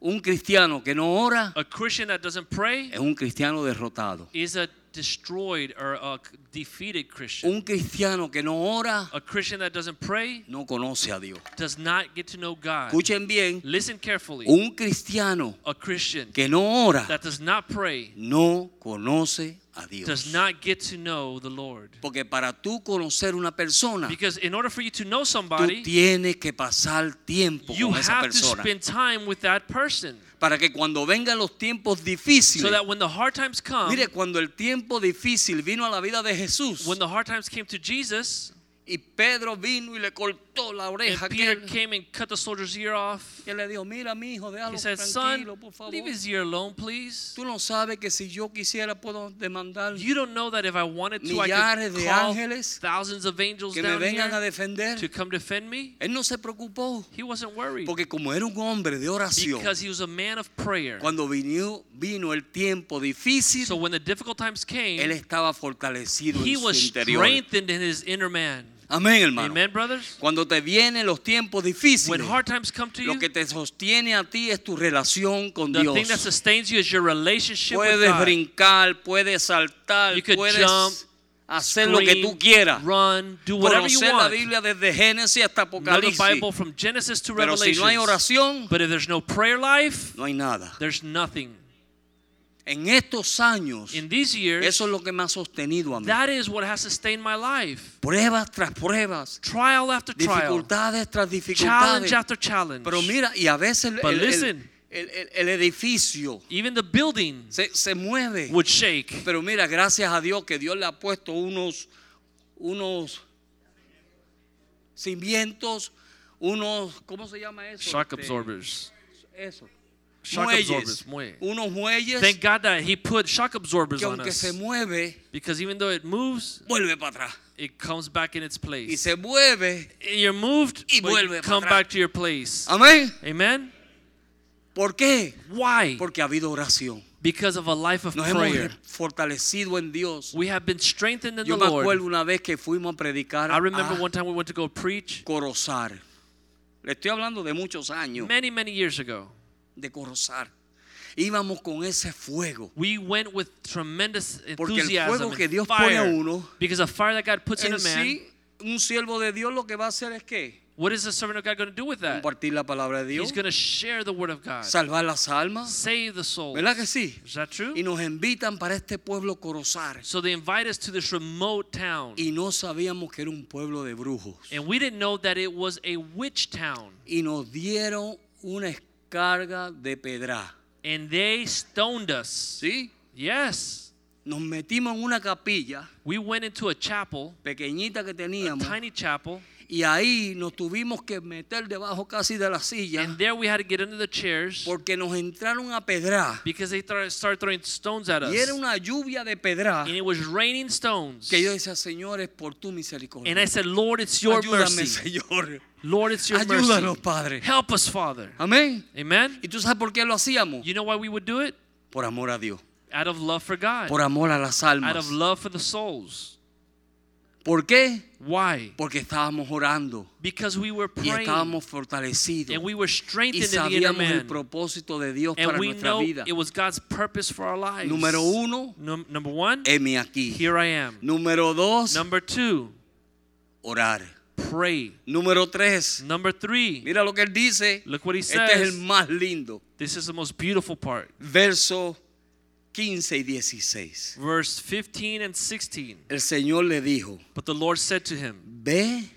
C: Un cristiano que no ora
D: A Christian that doesn't pray
C: es un cristiano derrotado.
D: is a destroyed or a defeated Christian.
C: Un cristiano que no ora
D: A Christian that doesn't pray
C: no conoce a Dios.
D: does not get to know God.
C: Escuchen bien,
D: Listen carefully.
C: un cristiano
D: A Christian
C: que no ora
D: that does not pray
C: no conoce a Dios.
D: does not get to know the Lord.
C: Porque para tú conocer una persona,
D: Because in order for you to know
C: tú
D: somebody,
C: tienes que pasar tiempo
D: you
C: con esa
D: have to
C: persona.
D: spend time with that person.
C: Para que cuando vengan los tiempos
D: So
C: difíciles,
D: that when the hard times come,
C: mire, cuando el tiempo difícil vino a la vida de Jesús
D: when the hard times came to Jesus,
C: y Pedro vino y le cortó la
D: and
C: oreja,
D: Peter
C: aquel,
D: came and cut the soldier's ear off,
C: y él le dijo, mira mi hijo, déjalo
D: he said,
C: tranquilo,
D: Son,
C: por favor.
D: leave his ear alone, please.
C: Tú no sabes que si yo quisiera puedo demandar
D: You don't know that if I wanted to, I
C: Millares
D: could
C: de
D: call
C: ángeles
D: thousands of angels
C: que me
D: down
C: vengan a
D: here to
C: defender.
D: come defend me.
C: Él no se preocupó
D: He wasn't worried
C: porque como era un hombre de oración,
D: because he was a man of prayer.
C: cuando vino, vino el tiempo difícil,
D: So when the difficult times
C: él
D: came,
C: estaba fortalecido
D: he
C: en su
D: was
C: interior.
D: strengthened in his inner man.
C: Amén, hermano.
D: Amen, brothers?
C: Cuando te vienen los tiempos
D: When
C: difíciles,
D: hard times come to
C: lo
D: you,
C: que te sostiene a ti es tu relación con
D: the thing that
C: Dios.
D: sustains you is your relationship with
C: Puedes
D: God.
C: brincar, puedes saltar,
D: You could
C: puedes
D: jump,
C: hacer lo que tú
D: Scream,
C: quieras.
D: Run, do whatever you
C: Conocer la
D: want.
C: Biblia desde Génesis hasta
D: Know the
C: Apocalipsis.
D: Bible from Genesis to
C: Pero si
D: Revelation.
C: no hay oración,
D: but if there's no prayer life,
C: no hay nada.
D: there's nothing.
C: En estos años,
D: In these years,
C: eso es lo que me ha sostenido a mí.
D: that is what has sustained my life.
C: Pruebas tras pruebas,
D: Trial after trial,
C: dificultades tras
D: challenge
C: dificultades.
D: after challenge.
C: Pero mira, y a veces el,
D: But
C: el- el-
D: listen.
C: el- el- el edificio
D: Even the building
C: se, se mueve.
D: would shake.
C: Pero mira, gracias a Dios que Dios le ha puesto unos, unos cimientos, unos, ¿cómo se llama eso?
D: Shock
C: Este,
D: absorbers.
C: Eso.
D: Shock
C: muelles,
D: absorbers. muelle.
C: unos muelles
D: Thank God that He put shock absorbers
C: que
D: on
C: aunque se
D: us.
C: mueve,
D: Because even though it moves,
C: vuelve para atrás.
D: it comes back in its
C: Y
D: place.
C: se mueve.
D: You're moved,
C: Y
D: but you
C: vuelve pa'
D: come
C: atrás.
D: back to your place.
C: Amén.
D: Amen?
C: ¿Por qué?
D: Why?
C: Porque ha habido oración.
D: Because of a life of
C: Nos
D: prayer.
C: hemos fortalecido en Dios.
D: We have been strengthened in
C: Yo
D: the
C: me acuerdo Ah.
D: Lord.
C: una vez que fuimos a predicar
D: I remember
C: a
D: one time we went to go preach
C: Corozar. Le estoy hablando de muchos años.
D: many, many years ago.
C: de corozar. Íbamos con ese fuego.
D: We went with tremendous
C: Porque el
D: enthusiasm
C: fuego que
D: and
C: Dios pone a
D: fire.
C: uno,
D: because a fire that God puts in a
C: En
D: man,
C: sí, un siervo de Dios lo que va a hacer es que
D: what is the servant of God going to do with that?
C: compartir la palabra de Dios,
D: He's going to share the word of God,
C: salvar las almas,
D: save the soul.
C: ¿verdad que sí?
D: Is that true?
C: Y nos invitan para este pueblo corozar
D: So they invite us to this remote town,
C: y no sabíamos que era un pueblo de brujos
D: and we didn't know that it was a witch town,
C: y nos dieron una escarga de pedra,
D: and they stoned us.
C: ¿sí?
D: Yes,
C: Nos metimos en una capilla
D: we went into a chapel,
C: pequeñita que
D: a
C: teníamos
D: tiny chapel,
C: y ahí nos tuvimos que meter debajo casi de la silla
D: and there we had to get under the chairs
C: porque nos entraron a pedra
D: because they thro- started throwing stones at us,
C: y era una lluvia de pedra
D: and it was raining stones.
C: que yo decía Señor es por tu
D: And I
C: misericordia
D: said, Lord, it's your
C: ayúdame
D: mercy.
C: Señor
D: Lord, it's your
C: ayúdanos
D: mercy.
C: Padre
D: Help us, Father.
C: amén
D: Amen.
C: y tú sabes por qué lo hacíamos
D: You know why we would do it?
C: por amor a Dios
D: out of love for God,
C: por amor a las
D: out
C: almas.
D: of love for the souls.
C: ¿Por qué?
D: Why?
C: Porque estábamos orando
D: Because we were
C: y
D: praying
C: estábamos
D: and
C: fortalecidos
D: we were
C: y
D: strengthened in the inner
C: sabíamos el
D: man.
C: propósito de Dios
D: And
C: para
D: we
C: nuestra
D: know
C: vida.
D: it was God's purpose for our lives.
C: Número uno,
D: Num- number one,
C: heme aquí.
D: here I am.
C: Número dos,
D: Number two,
C: orar.
D: pray.
C: Número tres,
D: Number three,
C: mira lo que él dice.
D: Look what he
C: Este es
D: says.
C: el más lindo.
D: this is the most beautiful part.
C: Verso 15 y 16.
D: Verse 15 and 16.
C: El Señor le dijo,
D: But the Lord said to him,
C: ve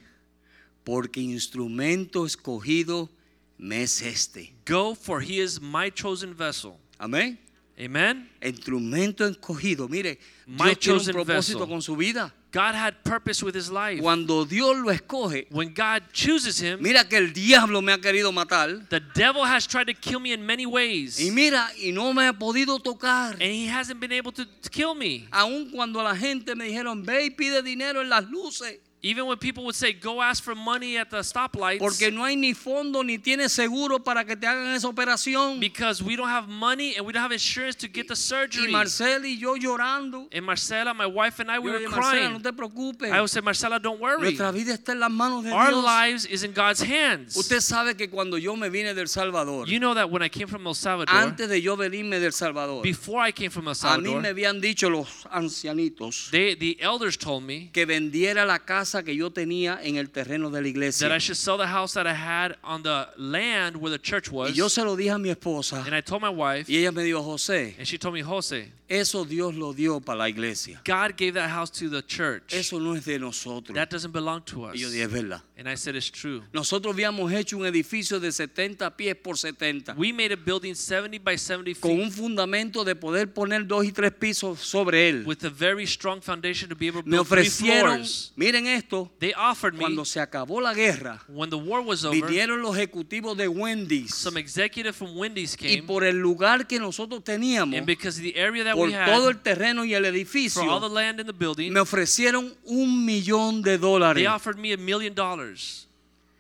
C: porque instrumento escogido me es este.
D: Go, for he is my chosen vessel.
C: Amén.
D: Amen.
C: Instrumento escogido. Mire, Dios
D: My
C: tiene un
D: chosen
C: propósito
D: vessel.
C: con su vida.
D: God had purpose with his life.
C: Cuando Dios lo escoge,
D: When God chooses him,
C: mira que el diablo me ha querido matar.
D: the devil has tried to kill me in many ways.
C: Y mira, y no me ha podido tocar.
D: And he hasn't been able to, to kill me.
C: Aun cuando la gente me dijeron, ve y pide dinero en las luces.
D: Even when people would say, Go ask for money at the stoplights.
C: Porque no hay ni fondo ni tienes seguro para que te hagan esa operación.
D: Because we don't have money and we don't have insurance to get the
C: Y
D: surgery.
C: Marcela y yo llorando.
D: and Marcela, my wife and I, we
C: Yo,
D: were
C: oye, Marcela, no
D: crying.
C: te preocupes.
D: I would say, Marcela, don't worry.
C: Nuestra vida está en las manos de
D: Our
C: Dios.
D: lives is in God's hands.
C: Usted sabe que cuando yo me vine del Salvador,
D: you know that when I came from El Salvador,
C: antes de yo venirme del Salvador,
D: before I came from El
C: a mí
D: Salvador,
C: me habían dicho los ancianitos
D: they, the elders told me
C: que vendiera la casa que yo tenía en el terreno de la
D: that I
C: iglesia.
D: should sell the house that I had on the land where the church was.
C: Y yo se lo dije a mi esposa
D: and I told my wife,
C: y ella me dijo, José,
D: and she told me, Jose,
C: eso Dios lo dio para la iglesia.
D: God gave that house to the church.
C: Eso no es de nosotros.
D: that doesn't belong to us.
C: Y yo dije, es verdad.
D: and I said, It's true.
C: Nosotros habíamos hecho un edificio de 70 pies por 70
D: We made a building 70 by 70 feet.
C: con un fundamento de poder poner dos y tres pisos sobre él.
D: with a very strong foundation to be able to
C: Me
D: build three
C: ofrecieron,
D: floors.
C: miren esto,
D: They offered me
C: cuando se acabó la guerra,
D: when the war was over.
C: vinieron los ejecutivos de Wendy's
D: Some executive from Wendy's
C: y
D: came,
C: por el lugar que nosotros teníamos,
D: and because of the area that
C: por
D: we
C: todo
D: had,
C: el terreno y el
D: for all the
C: edificio,
D: land in the building,
C: me ofrecieron un millón de
D: they
C: dólares
D: offered me a million dollars,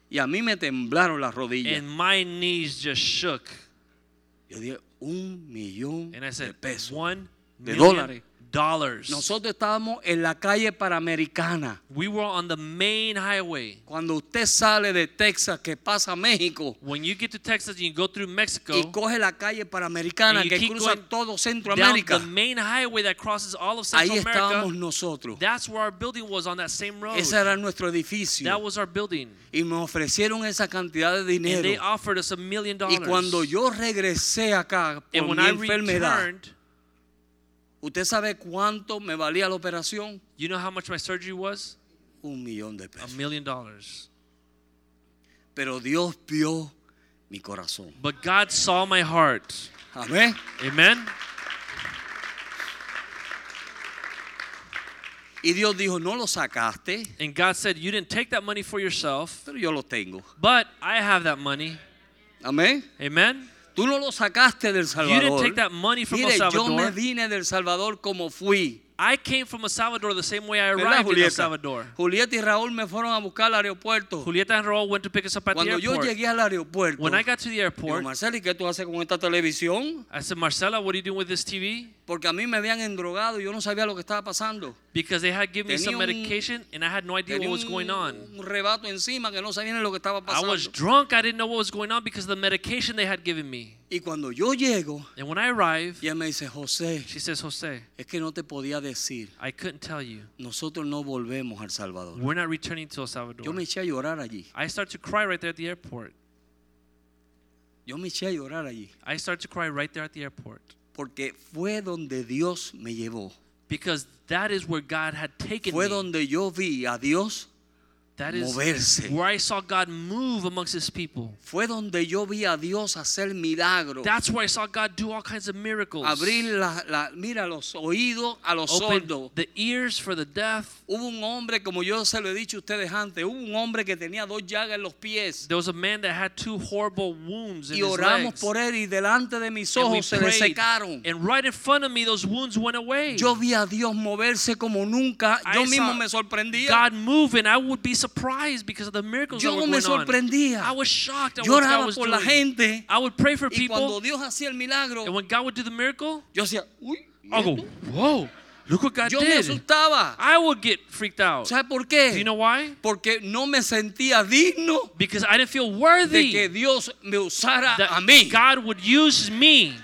C: y a mí me temblaron las rodillas.
D: and my knees just shook.
C: Yo dije, un millón
D: And I
C: de
D: said,
C: pesos.
D: one
C: de dólares.
D: million dollars.
C: Nosotros estábamos en la calle Panamericana.
D: we were on the main highway.
C: Cuando usted sale de Texas, que pasa a México,
D: When you get to Texas and you go through Mexico,
C: y coge la calle Panamericana
D: and you
C: que
D: keep
C: cruza
D: going
C: todo
D: down
C: Centroamérica,
D: the main highway that crosses all of
C: ahí
D: Central
C: estábamos
D: America,
C: nosotros.
D: that's where our building was on that same road.
C: Ese era nuestro edificio.
D: That was our building.
C: Y me ofrecieron esa cantidad de
D: And they
C: dinero.
D: offered us a million
C: Y
D: dollars.
C: cuando yo regresé acá por
D: and when
C: mi
D: I
C: enfermedad,
D: returned,
C: ¿usted sabe cuánto me valía la operación?
D: you know how much my surgery was?
C: Un millón de
D: A
C: pesos.
D: million dollars.
C: Pero Dios vio mi corazón.
D: But God saw my heart.
C: Amén.
D: Amen.
C: Y Dios dijo, no lo sacaste,
D: And God said, You didn't take that money for yourself,
C: pero yo lo tengo.
D: but I have that money.
C: Amén.
D: Amen.
C: Tú no lo sacaste del
D: You
C: Salvador.
D: didn't take that money from El
C: Mire, yo me
D: Salvador.
C: vine del Salvador como fui.
D: I came from El Salvador the same way I
C: ¿Verdad,
D: arrived in El
C: Julieta?
D: Salvador.
C: Julieta y Raúl me fueron a buscar al aeropuerto.
D: Julieta and Raul went to pick us up at
C: Cuando
D: the
C: yo
D: airport.
C: llegué al aeropuerto,
D: when I got to the
C: digo,
D: airport,
C: Marcelo, ¿y qué tú haces con esta televisión?
D: I said, Marcela, what are you doing with this TV?
C: Porque a mí me habían endrogado y yo no sabía lo que estaba pasando.
D: Because they had given me
C: Tenía
D: some
C: un-
D: medication and I had no idea what
C: Tenía
D: was going on.
C: un rebato encima que no sabía ni lo que estaba
D: I
C: pasando.
D: was drunk. I didn't know what was going on because of the medication they had given me.
C: Y cuando yo llego,
D: And when I arrived,
C: ella me dice, José,
D: she says, Jose,
C: es que no te podía decir,
D: I couldn't tell you.
C: nosotros no volvemos al Salvador.
D: We're not returning to El Salvador.
C: Yo me eché a llorar allí.
D: I start to cry right there at the airport.
C: Yo me eché a llorar allí.
D: I start to cry right there at the airport
C: Porque fue donde Dios me llevó.
D: because that is where God had taken
C: Fue
D: me.
C: donde yo vi a Dios
D: That is
C: moverse.
D: where I saw God move amongst His people.
C: Fue donde yo vi a Dios hacer milagros.
D: That's where I saw God do all kinds of miracles.
C: Abrir la, la- mira, los oídos a los
D: Open
C: sordos.
D: the ears for the deaf.
C: Hubo un hombre, como yo se lo he dicho a ustedes antes, hubo un hombre que tenía dos llagas en los pies.
D: There was a man that had two horrible wounds in
C: Y
D: his
C: oramos
D: legs.
C: por él y delante de mis
D: And we
C: ojos se le
D: prayed.
C: secaron.
D: And right in front of me, those wounds went away.
C: Yo vi a Dios moverse como nunca. Yo
D: I
C: mismo
D: saw
C: me sorprendía.
D: God moving, I would be surprised because of the miracles
C: Yo
D: that were
C: me
D: going
C: sorprendía.
D: on. I was shocked at
C: Yo
D: what God
C: oraba
D: was
C: por
D: doing.
C: la gente
D: I would pray for
C: y cuando
D: people,
C: Dios hacía el milagro,
D: and when God would do the miracle,
C: yo decía, uy,
D: I'll go, whoa, look what God
C: Yo me
D: did.
C: asustaba.
D: I would get freaked out.
C: ¿Sabe por qué?
D: Do you know why?
C: Porque no me sentía digno
D: Because I didn't feel
C: de que
D: worthy
C: Dios me usara a
D: that
C: mí.
D: God would use me.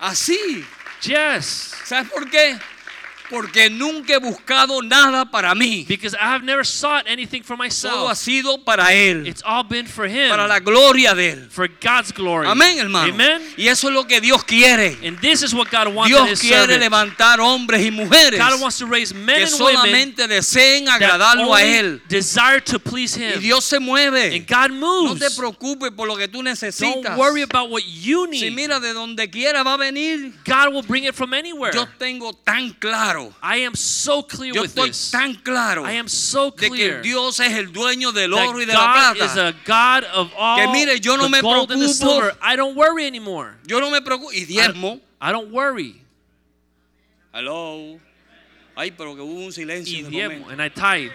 C: Así.
D: Yes.
C: ¿Sabes por qué? Porque nunca he buscado nada para mí.
D: Because I have never sought anything for
C: Todo ha
D: myself.
C: sido para Él,
D: It's all been for Him,
C: para la gloria de Él.
D: for God's glory.
C: Amén, hermano.
D: Amen.
C: Y eso es lo que Dios quiere.
D: And this is what God wants in
C: Dios
D: His
C: quiere
D: servant.
C: levantar hombres y mujeres
D: God wants to raise men
C: que
D: and women
C: solamente deseen
D: that
C: agradarlo a
D: only
C: Él.
D: desire to please
C: Y
D: Him.
C: Dios se mueve.
D: and God
C: No
D: moves.
C: te preocupes por lo que tú necesitas.
D: Don't worry about what you
C: Si
D: need.
C: mira de donde quiera va a venir,
D: God will bring it from anywhere.
C: yo tengo tan claro,
D: I am so clear
C: yo
D: with
C: estoy
D: this.
C: tan claro
D: I am so
C: de que
D: clear
C: Dios es el dueño del
D: that
C: oro y de la
D: God is
C: plata.
D: a God of all
C: Que mire, yo no
D: the
C: me
D: gold and the
C: preocupo.
D: silver. I don't worry anymore.
C: Yo no me preocupo. Y
D: I
C: diezmo.
D: don't, I don't worry.
C: Ah. Hello. Ay, pero que hubo un silencio.
D: Y
C: en el
D: diezmo, eh.
C: momento.
D: and I tithe.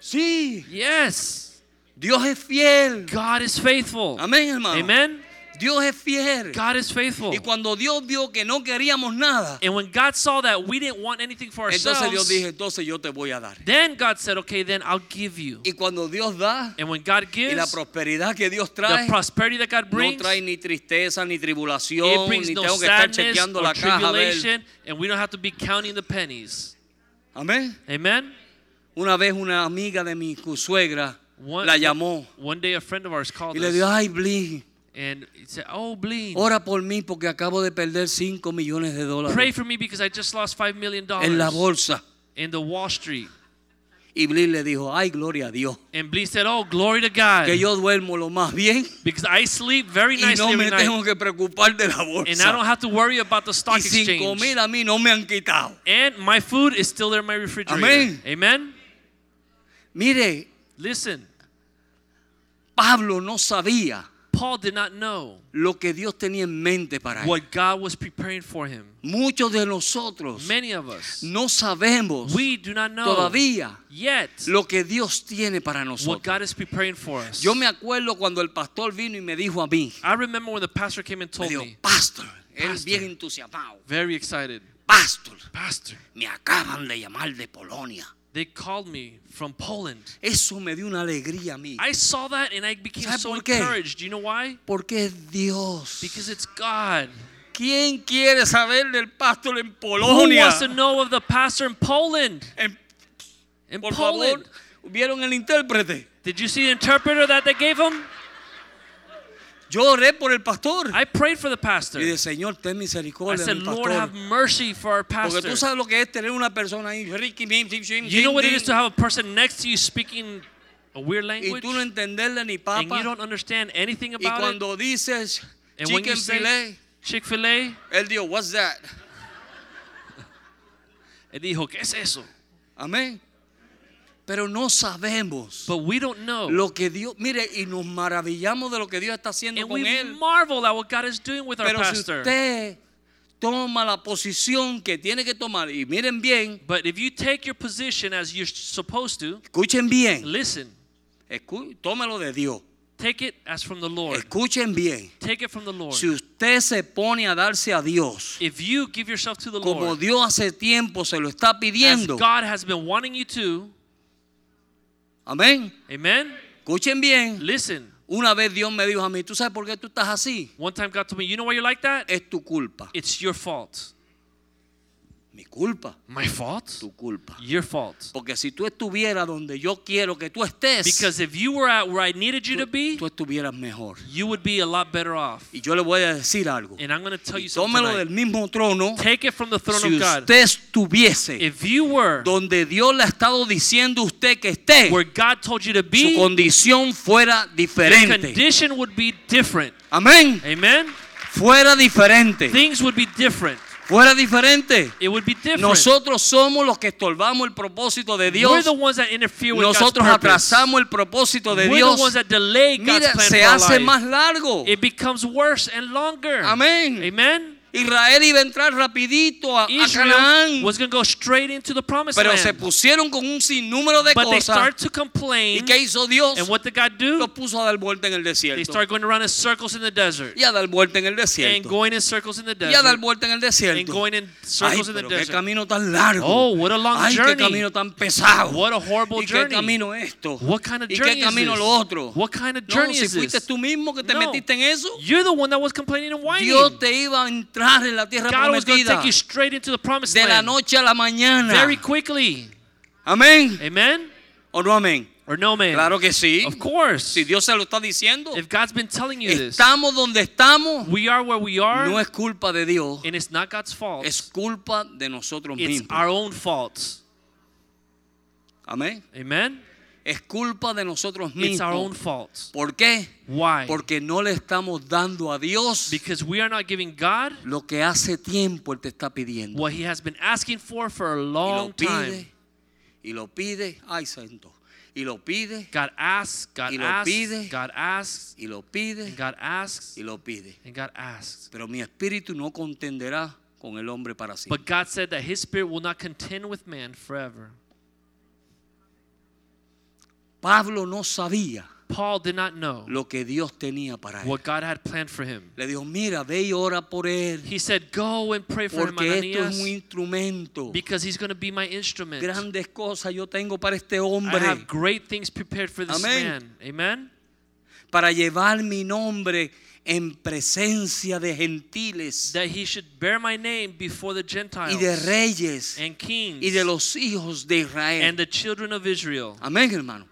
C: Sí,
D: Yes,
C: Dios es fiel.
D: God is faithful.
C: Amén, hermano.
D: Amen.
C: Dios es fiel.
D: God is faithful.
C: Y cuando Dios vio que no queríamos nada,
D: And when God saw that we didn't want anything for
C: entonces Dios
D: ourselves,
C: dijo, entonces yo te voy a dar.
D: then God said, "Okay, then I'll give you."
C: Y cuando Dios da,
D: And when God
C: y la
D: gives,
C: prosperidad que Dios
D: the
C: trae,
D: prosperity that God
C: no
D: brings,
C: trae ni tristeza, ni
D: it
C: tribulación,
D: brings
C: ni
D: no
C: tengo que estar
D: sadness
C: chequeando
D: or
C: la caja. a ver.
D: tribulation, and we don't have to be counting the pennies.
C: Amén.
D: Amen.
C: Una vez una amiga de mi suegra la llamó
D: One day, a friend of ours called
C: y le
D: us
C: dijo, ay, Blin,
D: and he said, "Oh, Bleen,
C: ora por mí porque acabo de perder 5 millones de
D: pray
C: dólares
D: for me because I just lost five million
C: en la
D: dollars
C: bolsa.
D: in the Wall Street."
C: Y Blin le dijo, ay, gloria a Dios,
D: And Blee said, "Oh, glory to God,
C: que yo duermo lo más bien
D: because I sleep very
C: y no
D: nicely
C: me
D: every night,
C: tengo que preocupar de la
D: and I don't
C: bolsa.
D: have to worry about the stock
C: Y 5
D: exchange,
C: mil a mí no me han quitado.
D: and my food is still there in my refrigerator."
C: Amén.
D: Amen.
C: Mire,
D: Listen,
C: Pablo no sabía
D: Paul did not know
C: lo que Dios tenía en mente para él.
D: what God was preparing for him.
C: Muchos de nosotros
D: Many of us,
C: no sabemos
D: we do not know
C: todavía
D: yet
C: lo que Dios tiene para
D: what
C: nosotros.
D: God is preparing for us.
C: Yo me acuerdo cuando el pastor vino y me dijo a mí,
D: I remember when the pastor came and
C: me
D: told
C: dijo,
D: me,
C: pastor, él
D: Pastor.
C: bien entusiasmado,
D: very excited,
C: pastor,
D: Pastor,
C: me acaban de llamar de Polonia.
D: they called me from Poland.
C: Eso me dio una alegría a mí,
D: I saw that and I became
C: ¿Sabe
D: so
C: por qué?
D: encouraged. Do you know why?
C: porque es Dios.
D: Because it's God.
C: ¿Quién quiere saber del pastor en
D: Who
C: Polonia?
D: wants to know of the pastor in Poland?
C: En-
D: In
C: por
D: Poland.
C: favor, ¿vieron el intérprete?
D: Did you see the interpreter that they gave him?
C: Yo oré por el pastor.
D: I prayed for the pastor.
C: Y de Señor, ten
D: I
C: misericordia de
D: said,
C: mi
D: Lord, have
C: pastor.
D: mercy for our
C: Porque
D: pastor.
C: tú sabes lo que es tener una persona ahí. Ricky, bim, bim, bim,
D: You know
C: bim,
D: what it
C: bim,
D: is to have a person next to you speaking a weird
C: Y
D: language
C: tú no entenderle ni
D: and you
C: papa.
D: don't understand anything
C: Y
D: about it?
C: cuando dices
D: And when
C: chicken
D: you say
C: filet,
D: Chick fil A,
C: él dijo, what's that?
D: él dijo, ¿qué es eso?
C: Amén. Pero no sabemos
D: But we don't know.
C: lo que Dios, mire, y nos maravillamos de lo que Dios está haciendo
D: And
C: con
D: we
C: él.
D: marvel at what God is doing with our
C: Pero si
D: pastor.
C: usted toma la posición que tiene que tomar, y miren bien,
D: but if you take your position as you're supposed to,
C: escuchen bien,
D: listen,
C: escu- tómelo de Dios,
D: take it as from the Lord.
C: escuchen bien.
D: take it from the Lord.
C: Si usted se pone a darse a Dios,
D: if you give yourself to the
C: como
D: Lord,
C: Dios hace tiempo se lo está
D: as
C: pidiendo,
D: God has been wanting you to,
C: amén.
D: amen?
C: Escuchen bien.
D: Listen,
C: Una vez Dios me dijo a mí, ¿tú sabes por qué tú estás así?
D: one time God told me, you know why you're like that?
C: Es tu culpa.
D: It's your fault.
C: Mi culpa,
D: My fault?
C: tu culpa.
D: Your fault.
C: Porque si tú estuvieras donde yo quiero que tú estés,
D: Because if you were at where I needed you to be,
C: tú estuvieras mejor.
D: you would be a lot better off.
C: Y yo le voy a decir algo.
D: And I'm going to tell you something.
C: Tómelo
D: tonight.
C: del mismo trono.
D: Take it from the throne
C: Si
D: of God.
C: usted estuviese
D: If you were
C: donde Dios le ha estado diciendo a usted que esté,
D: where God told you to
C: su
D: be,
C: condición fuera
D: your
C: diferente.
D: condition would be different.
C: Amén.
D: Amen?
C: Fuera diferente.
D: Things would be different.
C: Fuera diferente.
D: It would be different.
C: Nosotros somos los que estorbamos el propósito de
D: We're
C: Dios.
D: the ones that interfere with
C: Nosotros
D: God's purpose.
C: atrasamos el propósito de
D: We're
C: Dios.
D: the ones that delay God's
C: Mira,
D: plan
C: se
D: for our
C: hace
D: life.
C: más largo.
D: It becomes worse and longer.
C: Amén.
D: Amen?
C: Israel iba a entrar rapidito a, a Canaán.
D: Israel was going to go straight into the promised
C: Pero se
D: land.
C: pusieron con un sinnúmero de
D: but they
C: cosas.
D: start to
C: ¿Y
D: complain.
C: qué hizo Dios?
D: And what did God do?
C: Los puso a dar vuelta en el
D: They
C: desierto.
D: start going around in circles in the desert.
C: Y a dar vuelta en el
D: And
C: desierto.
D: going in circles in the
C: Y a dar
D: desert.
C: vuelta en el
D: And
C: desierto.
D: going in
C: Ay,
D: circles in the
C: pero qué
D: desert.
C: camino tan largo.
D: Oh, what a long
C: Ay, qué
D: journey.
C: camino tan pesado.
D: What a horrible
C: ¿Y qué
D: journey.
C: camino esto?
D: What kind of
C: ¿Y
D: journey
C: qué
D: is
C: camino
D: this?
C: lo otro?
D: What kind of
C: No,
D: journey
C: si
D: is
C: fuiste
D: this?
C: tú mismo que te
D: No.
C: metiste en eso.
D: You're the one that was complaining and whining.
C: Dios te iba a entrar en la tierra
D: God was going to
C: prometida
D: take you straight into the promised
C: de la
D: land
C: noche a la mañana.
D: very quickly.
C: Amén.
D: Amen
C: ¿O no amén?
D: or no man?
C: Claro que sí.
D: Of course.
C: Si Dios se lo está diciendo,
D: if God's been telling you this,
C: estamos donde estamos.
D: we are where we are,
C: No es culpa de Dios,
D: and it's not God's fault.
C: es culpa de nosotros
D: it's
C: mismos.
D: our own fault.
C: Amén.
D: Amen.
C: Es culpa de nosotros
D: It's our own
C: mismos.
D: fault.
C: ¿Por qué?
D: Why?
C: Porque no le estamos dando a Dios
D: Because we are not giving God
C: lo que hace tiempo Él te está pidiendo.
D: what He has been asking for for a
C: Y
D: long
C: lo
D: time.
C: pide, y lo pide, ay santo, y lo pide,
D: God asks, God
C: Y lo
D: asks,
C: pide.
D: God asks,
C: y lo pide,
D: and God asks,
C: y lo pide.
D: and God asks.
C: Pero mi espíritu no contenderá con el hombre para sí.
D: But God said that His Spirit will not contend with man forever.
C: Pablo no sabía
D: Paul did not know
C: lo que Dios tenía para él.
D: what God had planned for him.
C: Le dijo, mira, ve y ora por él,
D: He said, Go and pray for him,
C: porque esto es un
D: Ananias,
C: instrumento.
D: because he's going to be my instrument.
C: Grandes cosas yo tengo para este
D: I have
C: hombre,
D: great things prepared for this
C: Amén.
D: man. Amen.
C: para llevar mi nombre en presencia de gentiles
D: That he should bear my name before the Gentiles
C: y de reyes
D: and kings
C: y de los hijos de
D: and
C: Israel.
D: the children of Israel.
C: Amén, hermano.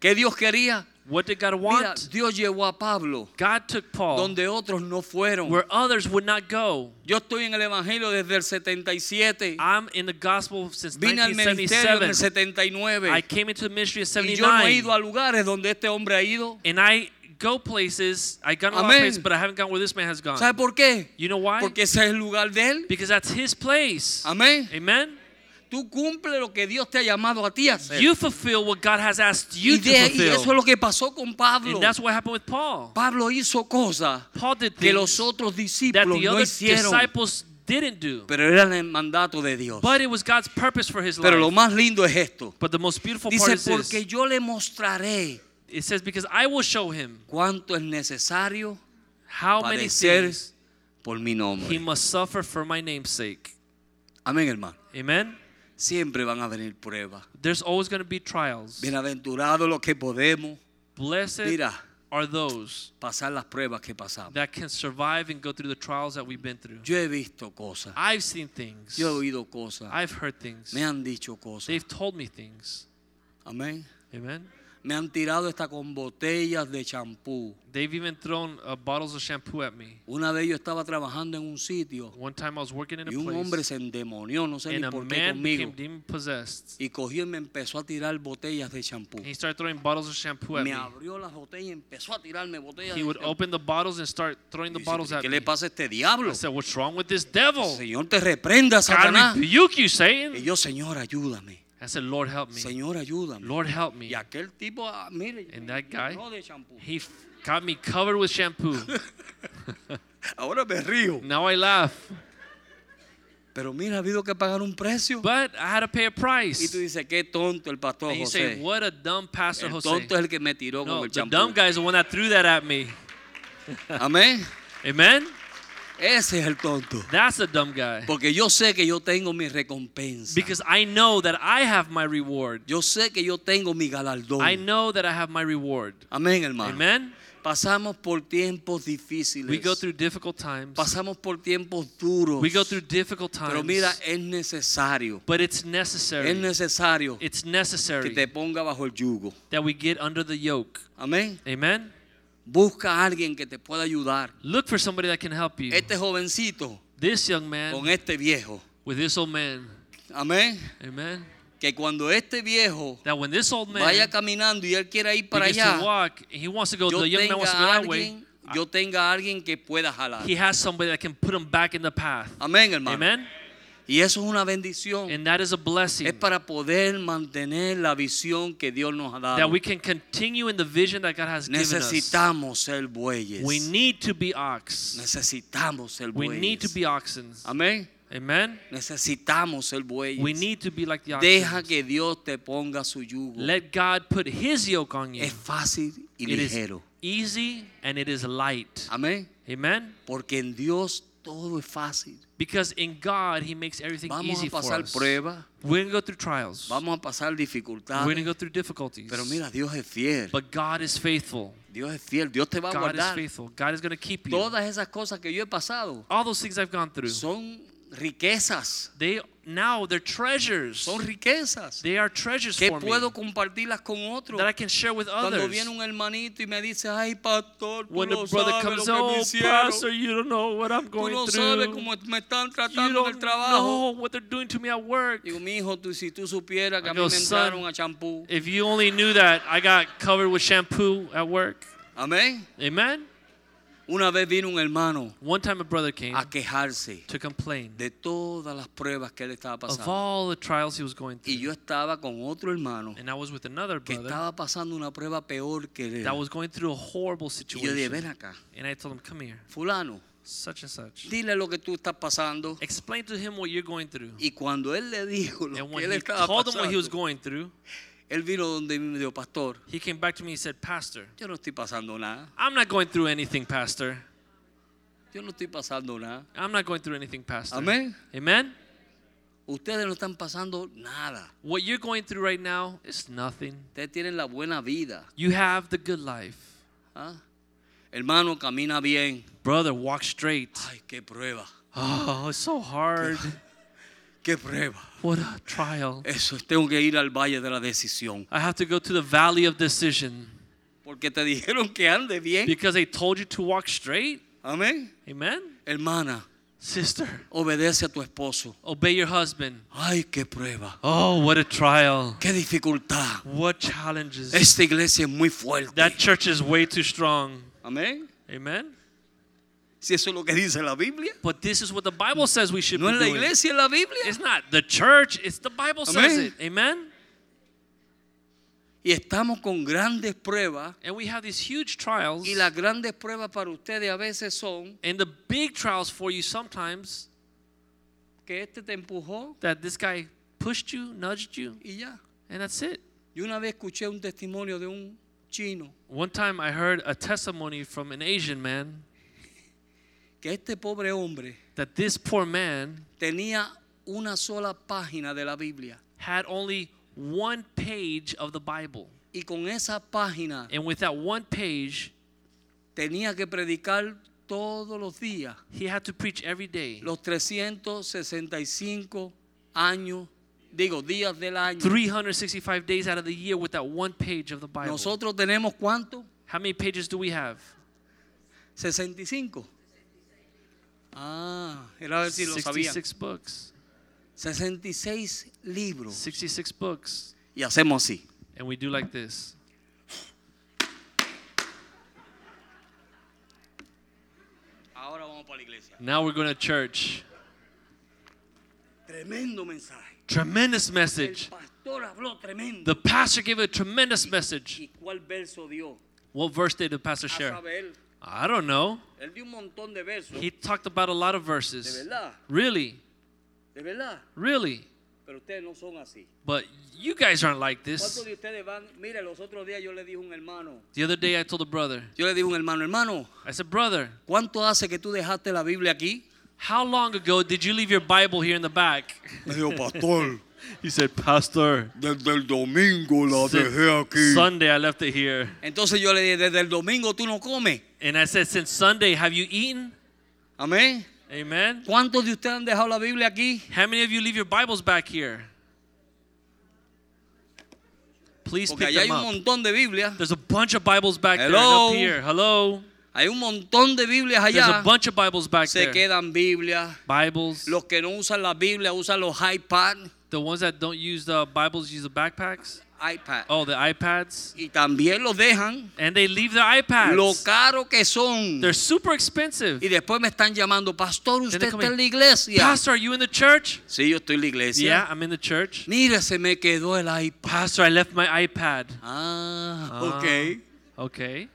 C: ¿Qué Dios quería?
D: What Oh. did God
C: Mira,
D: want?
C: Dios llevó a Pablo
D: God took Paul
C: donde otros no fueron.
D: where others would not go.
C: Yo estoy en el Evangelio desde el 77.
D: I'm in the gospel since
C: Vine al ministerio en el
D: 1977. I
C: 79.
D: came into the ministry in
C: Y yo no he
D: 79.
C: ido a lugares donde este hombre ha ido.
D: And I go places. I gone a lot of
C: Amén.
D: places, but I haven't gone where this man has gone.
C: ¿Sabe por qué?
D: You know why?
C: Porque ese es el lugar de él.
D: because that's his place.
C: Amén.
D: Amen.
C: Tú cumple lo que Dios te ha llamado a ti a hacer.
D: You fulfill what God has asked you
C: y,
D: to
C: de- y eso es
D: fulfill.
C: lo que pasó con Pablo.
D: And that's what happened with Paul.
C: Pablo hizo cosas
D: Paul did
C: que
D: things
C: los otros
D: that
C: discípulos
D: the
C: no
D: other
C: hicieron.
D: disciples didn't do.
C: Pero era el mandato de Dios.
D: But it was God's purpose for his
C: Pero lo
D: life.
C: más lindo es esto.
D: But the most beautiful part
C: Dice,
D: is
C: porque
D: this.
C: yo le mostraré
D: It says, because I will show him
C: cuánto es necesario
D: how many
C: padecer
D: things
C: por mi
D: he
C: nombre.
D: must suffer for my name's sake.
C: Amén, hermano.
D: Amen.
C: Siempre van a venir pruebas.
D: There's always going to be trials.
C: Bienaventurados los que podemos,
D: Blessed
C: Mira.
D: are those
C: pasar las pruebas que pasamos.
D: that can survive and go through the trials that we've been through.
C: Yo he visto cosas,
D: I've seen things.
C: yo he oído cosas,
D: I've heard things.
C: me han dicho cosas.
D: They've told me things.
C: Amén.
D: Amen.
C: Me han tirado hasta con botellas de champú.
D: They've even thrown uh, bottles of shampoo at me.
C: Una vez yo estaba trabajando en un sitio
D: One time I was working in a
C: y un hombre
D: place
C: se endemonió, no sé
D: and
C: ni
D: a
C: por qué
D: man became
C: conmigo.
D: demon possessed.
C: Y cogió y me empezó a tirar botellas de champú.
D: He started throwing bottles of shampoo at
C: Me
D: me.
C: abrió las botellas y empezó a tirarme botellas
D: He
C: de
D: would
C: champú.
D: open the bottles and start throwing the
C: Dice,
D: bottles
C: "¿Pero
D: at
C: ¿Qué
D: me.
C: le pasa a este diablo?
D: I said, What's wrong with this devil?
C: Señor, te reprenda, Satanás.
D: God rebuke you,
C: Y
D: Satan.
C: yo, Señor, ayúdame.
D: I said, Lord, help me.
C: Señor, ayúdame.
D: Lord, help me.
C: Y aquel tipo, ah, mire,
D: And
C: me
D: that guy,
C: llenó de champú.
D: He f- got me covered with shampoo.
C: Ahora me río.
D: now I laugh.
C: Pero mira, ha habido que pagar un precio.
D: But I had to pay a
C: Y tú
D: price.
C: dices, "Oh, qué tonto el pastor
D: And you say,
C: José.
D: What a dumb Pastor
C: El
D: Jose.
C: tonto es el que me tiró
D: No,
C: con el
D: the dumb
C: champú.
D: guy is the one that threw that at me.
C: Amén.
D: Amen?
C: Ese es el tonto.
D: That's a dumb guy.
C: Porque yo sé que yo tengo mi recompensa.
D: Because I know that I have my reward.
C: Yo sé que yo tengo mi
D: I
C: galardón.
D: know that I have my reward.
C: Amén, hermano.
D: Amen?
C: Pasamos por tiempos
D: We
C: difíciles.
D: go through difficult times.
C: Pasamos por tiempos duros.
D: We go through difficult
C: Pero mira,
D: times.
C: es necesario.
D: But it's
C: Es
D: necessary.
C: necesario
D: It's
C: que
D: necessary
C: te ponga bajo el yugo.
D: that we get under the yoke.
C: Amén.
D: Amen?
C: Busca a alguien que te pueda ayudar.
D: Look for somebody that can help you.
C: Este jovencito
D: This young man
C: con este viejo.
D: with this old man.
C: Amén.
D: Amen.
C: Que cuando este viejo
D: That when this old man
C: vaya caminando y él quiera ir para
D: begins to
C: allá,
D: walk, he wants to go.
C: yo
D: The young man wants to go
C: tenga,
D: that way.
C: alguien, yo tenga alguien que pueda jalar.
D: He has somebody that can put him back in the path.
C: Amén, hermano.
D: Amen.
C: Y Y eso es una bendición.
D: And that is a blessing
C: Es para poder mantener la visión que Dios nos ha
D: that
C: dado.
D: we can continue in the vision that God has given us.
C: Necesitamos ser bueyes.
D: We need to be ox.
C: Necesitamos ser
D: We need to
C: bueyes.
D: be oxen.
C: Amén.
D: Amen.
C: Necesitamos ser
D: We
C: bueyes.
D: need to be like the
C: Deja
D: oxen.
C: que Dios te ponga su yugo.
D: Let God put His yoke on you.
C: Es fácil y
D: It is
C: ligero. Ah.
D: easy and it is light.
C: Amén.
D: Amen.
C: Porque en Dios todo es fácil.
D: Because in God, He makes everything
C: Vamos
D: easy
C: a
D: for
C: pasar
D: us.
C: pruebas,
D: We're going to go through trials.
C: vamos a pasar
D: We're going to
C: dificultades.
D: go through difficulties.
C: Pero mira, Dios es fiel.
D: But God is faithful.
C: Dios es fiel. Dios te va a
D: God is
C: guardar.
D: faithful. God is going to keep you.
C: Todas esas cosas que yo he pasado
D: All those things I've gone through,
C: son riquezas.
D: they now they're treasures.
C: Son riquezas
D: They are treasures
C: que
D: for me
C: puedo compartirlas con otros.
D: that I can share with
C: Cuando
D: others.
C: viene un hermanito y me dice, ay pastor, tú
D: When a
C: no
D: brother
C: sabes lo
D: comes,
C: que me
D: oh
C: hicieron.
D: pastor, you don't know what I'm
C: Tú
D: going
C: no sabes
D: through.
C: cómo me están
D: You
C: tratando en el
D: don't
C: trabajo.
D: know what they're doing to me at work.
C: Digo, mi hijo, tú, si tú supieras que
D: I
C: a mí
D: go,
C: me
D: "Son,
C: entraron a champú.
D: If you only knew that I got covered with shampoo at work.
C: Amén.
D: Amen.
C: Una vez vino un hermano
D: One time a brother came
C: a quejarse
D: to complain
C: de todas las pruebas que él estaba
D: of
C: pasando.
D: all the trials he was going
C: Y
D: through.
C: yo estaba con otro hermano
D: And I was with another
C: que
D: brother
C: estaba pasando una prueba peor que él.
D: that was going through a horrible
C: Y yo dije, ven
D: situation.
C: acá,
D: And I told him, come here,
C: fulano,
D: such and such.
C: dile lo que tú estás pasando.
D: Explain to him what you're going through.
C: Y cuando él le dijo lo
D: And
C: que
D: when
C: él
D: he
C: estaba
D: told him what he was
C: pasando,
D: going through,
C: él vino donde mí y me dijo, pastor,
D: he came back to me and said, Pastor,
C: yo no estoy pasando nada,
D: I'm not going through anything, Pastor.
C: yo no estoy pasando nada.
D: I'm not going through anything, Pastor.
C: Amén.
D: Amen.
C: Ustedes no están pasando nada.
D: What you're going through right now is nothing.
C: Ustedes tienen la buena vida.
D: You have the good life.
C: ¿ah? Hermano, camina bien.
D: Brother, walk straight.
C: Ay, qué prueba, Ah.
D: Oh, it's so hard.
C: qué prueba.
D: What a trial.
C: Eso, tengo que ir al Valle de la Decisión.
D: I have to go to the valley of decision
C: Porque te dijeron que ande bien.
D: because they told you to walk straight.
C: Amén.
D: Amen.
C: Hermana,
D: Sister,
C: obedece a tu esposo.
D: obey your husband.
C: Ay, qué prueba.
D: Oh, what a trial.
C: Qué dificultad.
D: What challenges.
C: Esta iglesia es muy fuerte.
D: That church is way too strong.
C: Amén.
D: Amen.
C: Si eso es lo que dice la Biblia.
D: But this is what the Bible says we should
C: No
D: be
C: es la
D: doing.
C: iglesia, es la Biblia.
D: It's not the church, it's the Bible says
C: Amén.
D: it. Amen.
C: Y estamos con grandes pruebas.
D: And we have these huge trials.
C: Y las grandes pruebas para ustedes a veces son
D: And the big trials for you sometimes
C: que este te empujó
D: that this guy pushed you, nudged you,
C: y ya.
D: and that's it.
C: Yo una vez escuché un testimonio de un chino
D: One time I heard a testimony from an Asian man
C: que este pobre hombre
D: that this poor man
C: tenía una sola página de la Biblia.
D: had only one page of the Bible.
C: y con esa página
D: And with that one page,
C: tenía que predicar todos los días,
D: he had to preach every day,
C: los 365 años, digo, días del año.
D: 365 days out of the year with that one page of the Bible.
C: Nosotros tenemos cuánto?
D: How many pages do we have?
C: 65. Ah, era a ver si lo sabía.
D: 66 books.
C: 66 libros.
D: 66 books.
C: Y hacemos así.
D: And we do like this.
C: Ahora vamos para la iglesia.
D: Now we're going to church.
C: Tremendo mensaje.
D: Tremendous
C: El
D: message.
C: pastor habló tremendo.
D: The pastor gave a tremendous message.
C: ¿Y cuál verso dio?
D: What verse did the pastor
C: A
D: share?
C: saber,
D: I don't know.
C: él dio un montón de versos.
D: He talked about a lot of
C: De
D: verses.
C: verdad,
D: Really?
C: de verdad.
D: Really?
C: Pero ustedes no son así.
D: But you guys aren't like
C: ¿Cuántos
D: this.
C: de ustedes van? Mire, los otros días yo le dije a un hermano.
D: The other day I told a brother,
C: Yo le dije a un hermano, hermano,
D: I said, Brother,
C: ¿cuánto hace que tú dejaste la Biblia aquí?
D: how long ago did you leave your Bible here in the back?
E: Me dijo, pastor,
D: He said, Pastor,
E: desde el domingo la dejé aquí.
D: Sunday I left it here.
C: Entonces yo le dije, desde el domingo tú no comes.
D: And I said, Since Sunday, have you eaten?
C: Amén.
D: Amen.
C: ¿Cuántos de ustedes han dejado la Biblia aquí?
D: How many of you leave your Bibles back here? Please
C: Porque
D: pick
C: allá hay
D: them
C: un
D: up.
C: montón de Biblias.
D: There's a bunch of Bibles back
C: Hello?
D: there and up here. Hello.
C: Hay un montón de Biblias
D: There's a
C: allá.
D: bunch of Bibles back
C: Se
D: there.
C: quedan Biblias.
D: Bibles.
C: Los que no usan la Biblia usan los iPads.
D: The ones that don't use the Bibles use the backpacks.
C: iPad.
D: Oh, the iPads.
C: Y también los dejan
D: And they leave their
C: lo
D: iPads.
C: caro que son.
D: They're super expensive.
C: Y después me están llamando, pastor,
D: they
C: usted
D: come
C: está
D: in,
C: en la iglesia.
D: Pastor, are you in the church?
C: Sí, yo estoy en la
D: Yeah,
C: iglesia.
D: I'm in the church.
C: Mire, se me quedó el iPad.
D: Pastor, I left my iPad.
C: Ah,
D: Ah.
C: ok.
D: Okay.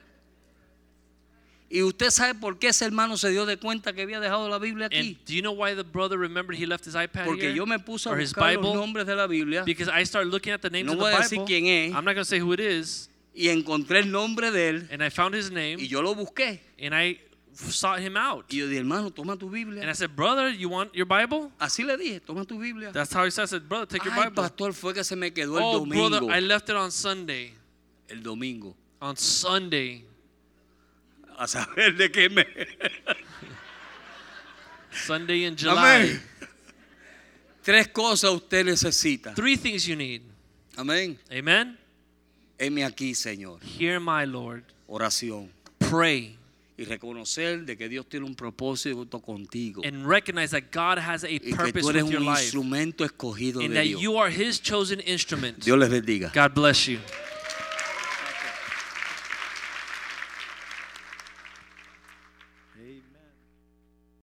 C: ¿Y usted sabe por qué ese hermano se dio de cuenta que había dejado la Biblia aquí?
D: And do you know why the brother remembered he left his iPad
C: Porque
D: here?
C: yo me puse a
D: or his
C: buscar los
D: Bible?
C: nombres de la Biblia
D: Because I started looking at the names
C: No
D: of the
C: voy a decir
D: Bible.
C: quién es.
D: I'm not going to say who it is.
C: y encontré el nombre de él
D: And I found his name.
C: y yo lo busqué.
D: And I sought him out.
C: Y yo dije, hermano, toma tu
D: And I
C: Biblia.
D: said, brother, you want your Bible?
C: Así le dije, toma tu Biblia.
D: That's how he said, I said, brother, take your
C: Ay,
D: Bible.
C: pastor, fue que se me quedó el
D: Oh, brother,
C: domingo.
D: I left it on Sunday.
C: El domingo.
D: On Sunday.
C: A saber de qué me...
D: Sunday in July.
C: Amén. Tres cosas usted necesita.
D: Three things you need.
C: Amén.
D: Amen?
C: Heme aquí, Señor.
D: Hear my Lord.
C: Oración.
D: Pray
C: Y reconocer de que Dios tiene un propósito contigo.
D: and recognize that God has a
C: y que
D: purpose
C: tú eres
D: with
C: un
D: your life
C: instrumento escogido
D: and
C: de
D: that
C: Dios.
D: you are his chosen instrument.
C: Dios les bendiga.
D: God bless you.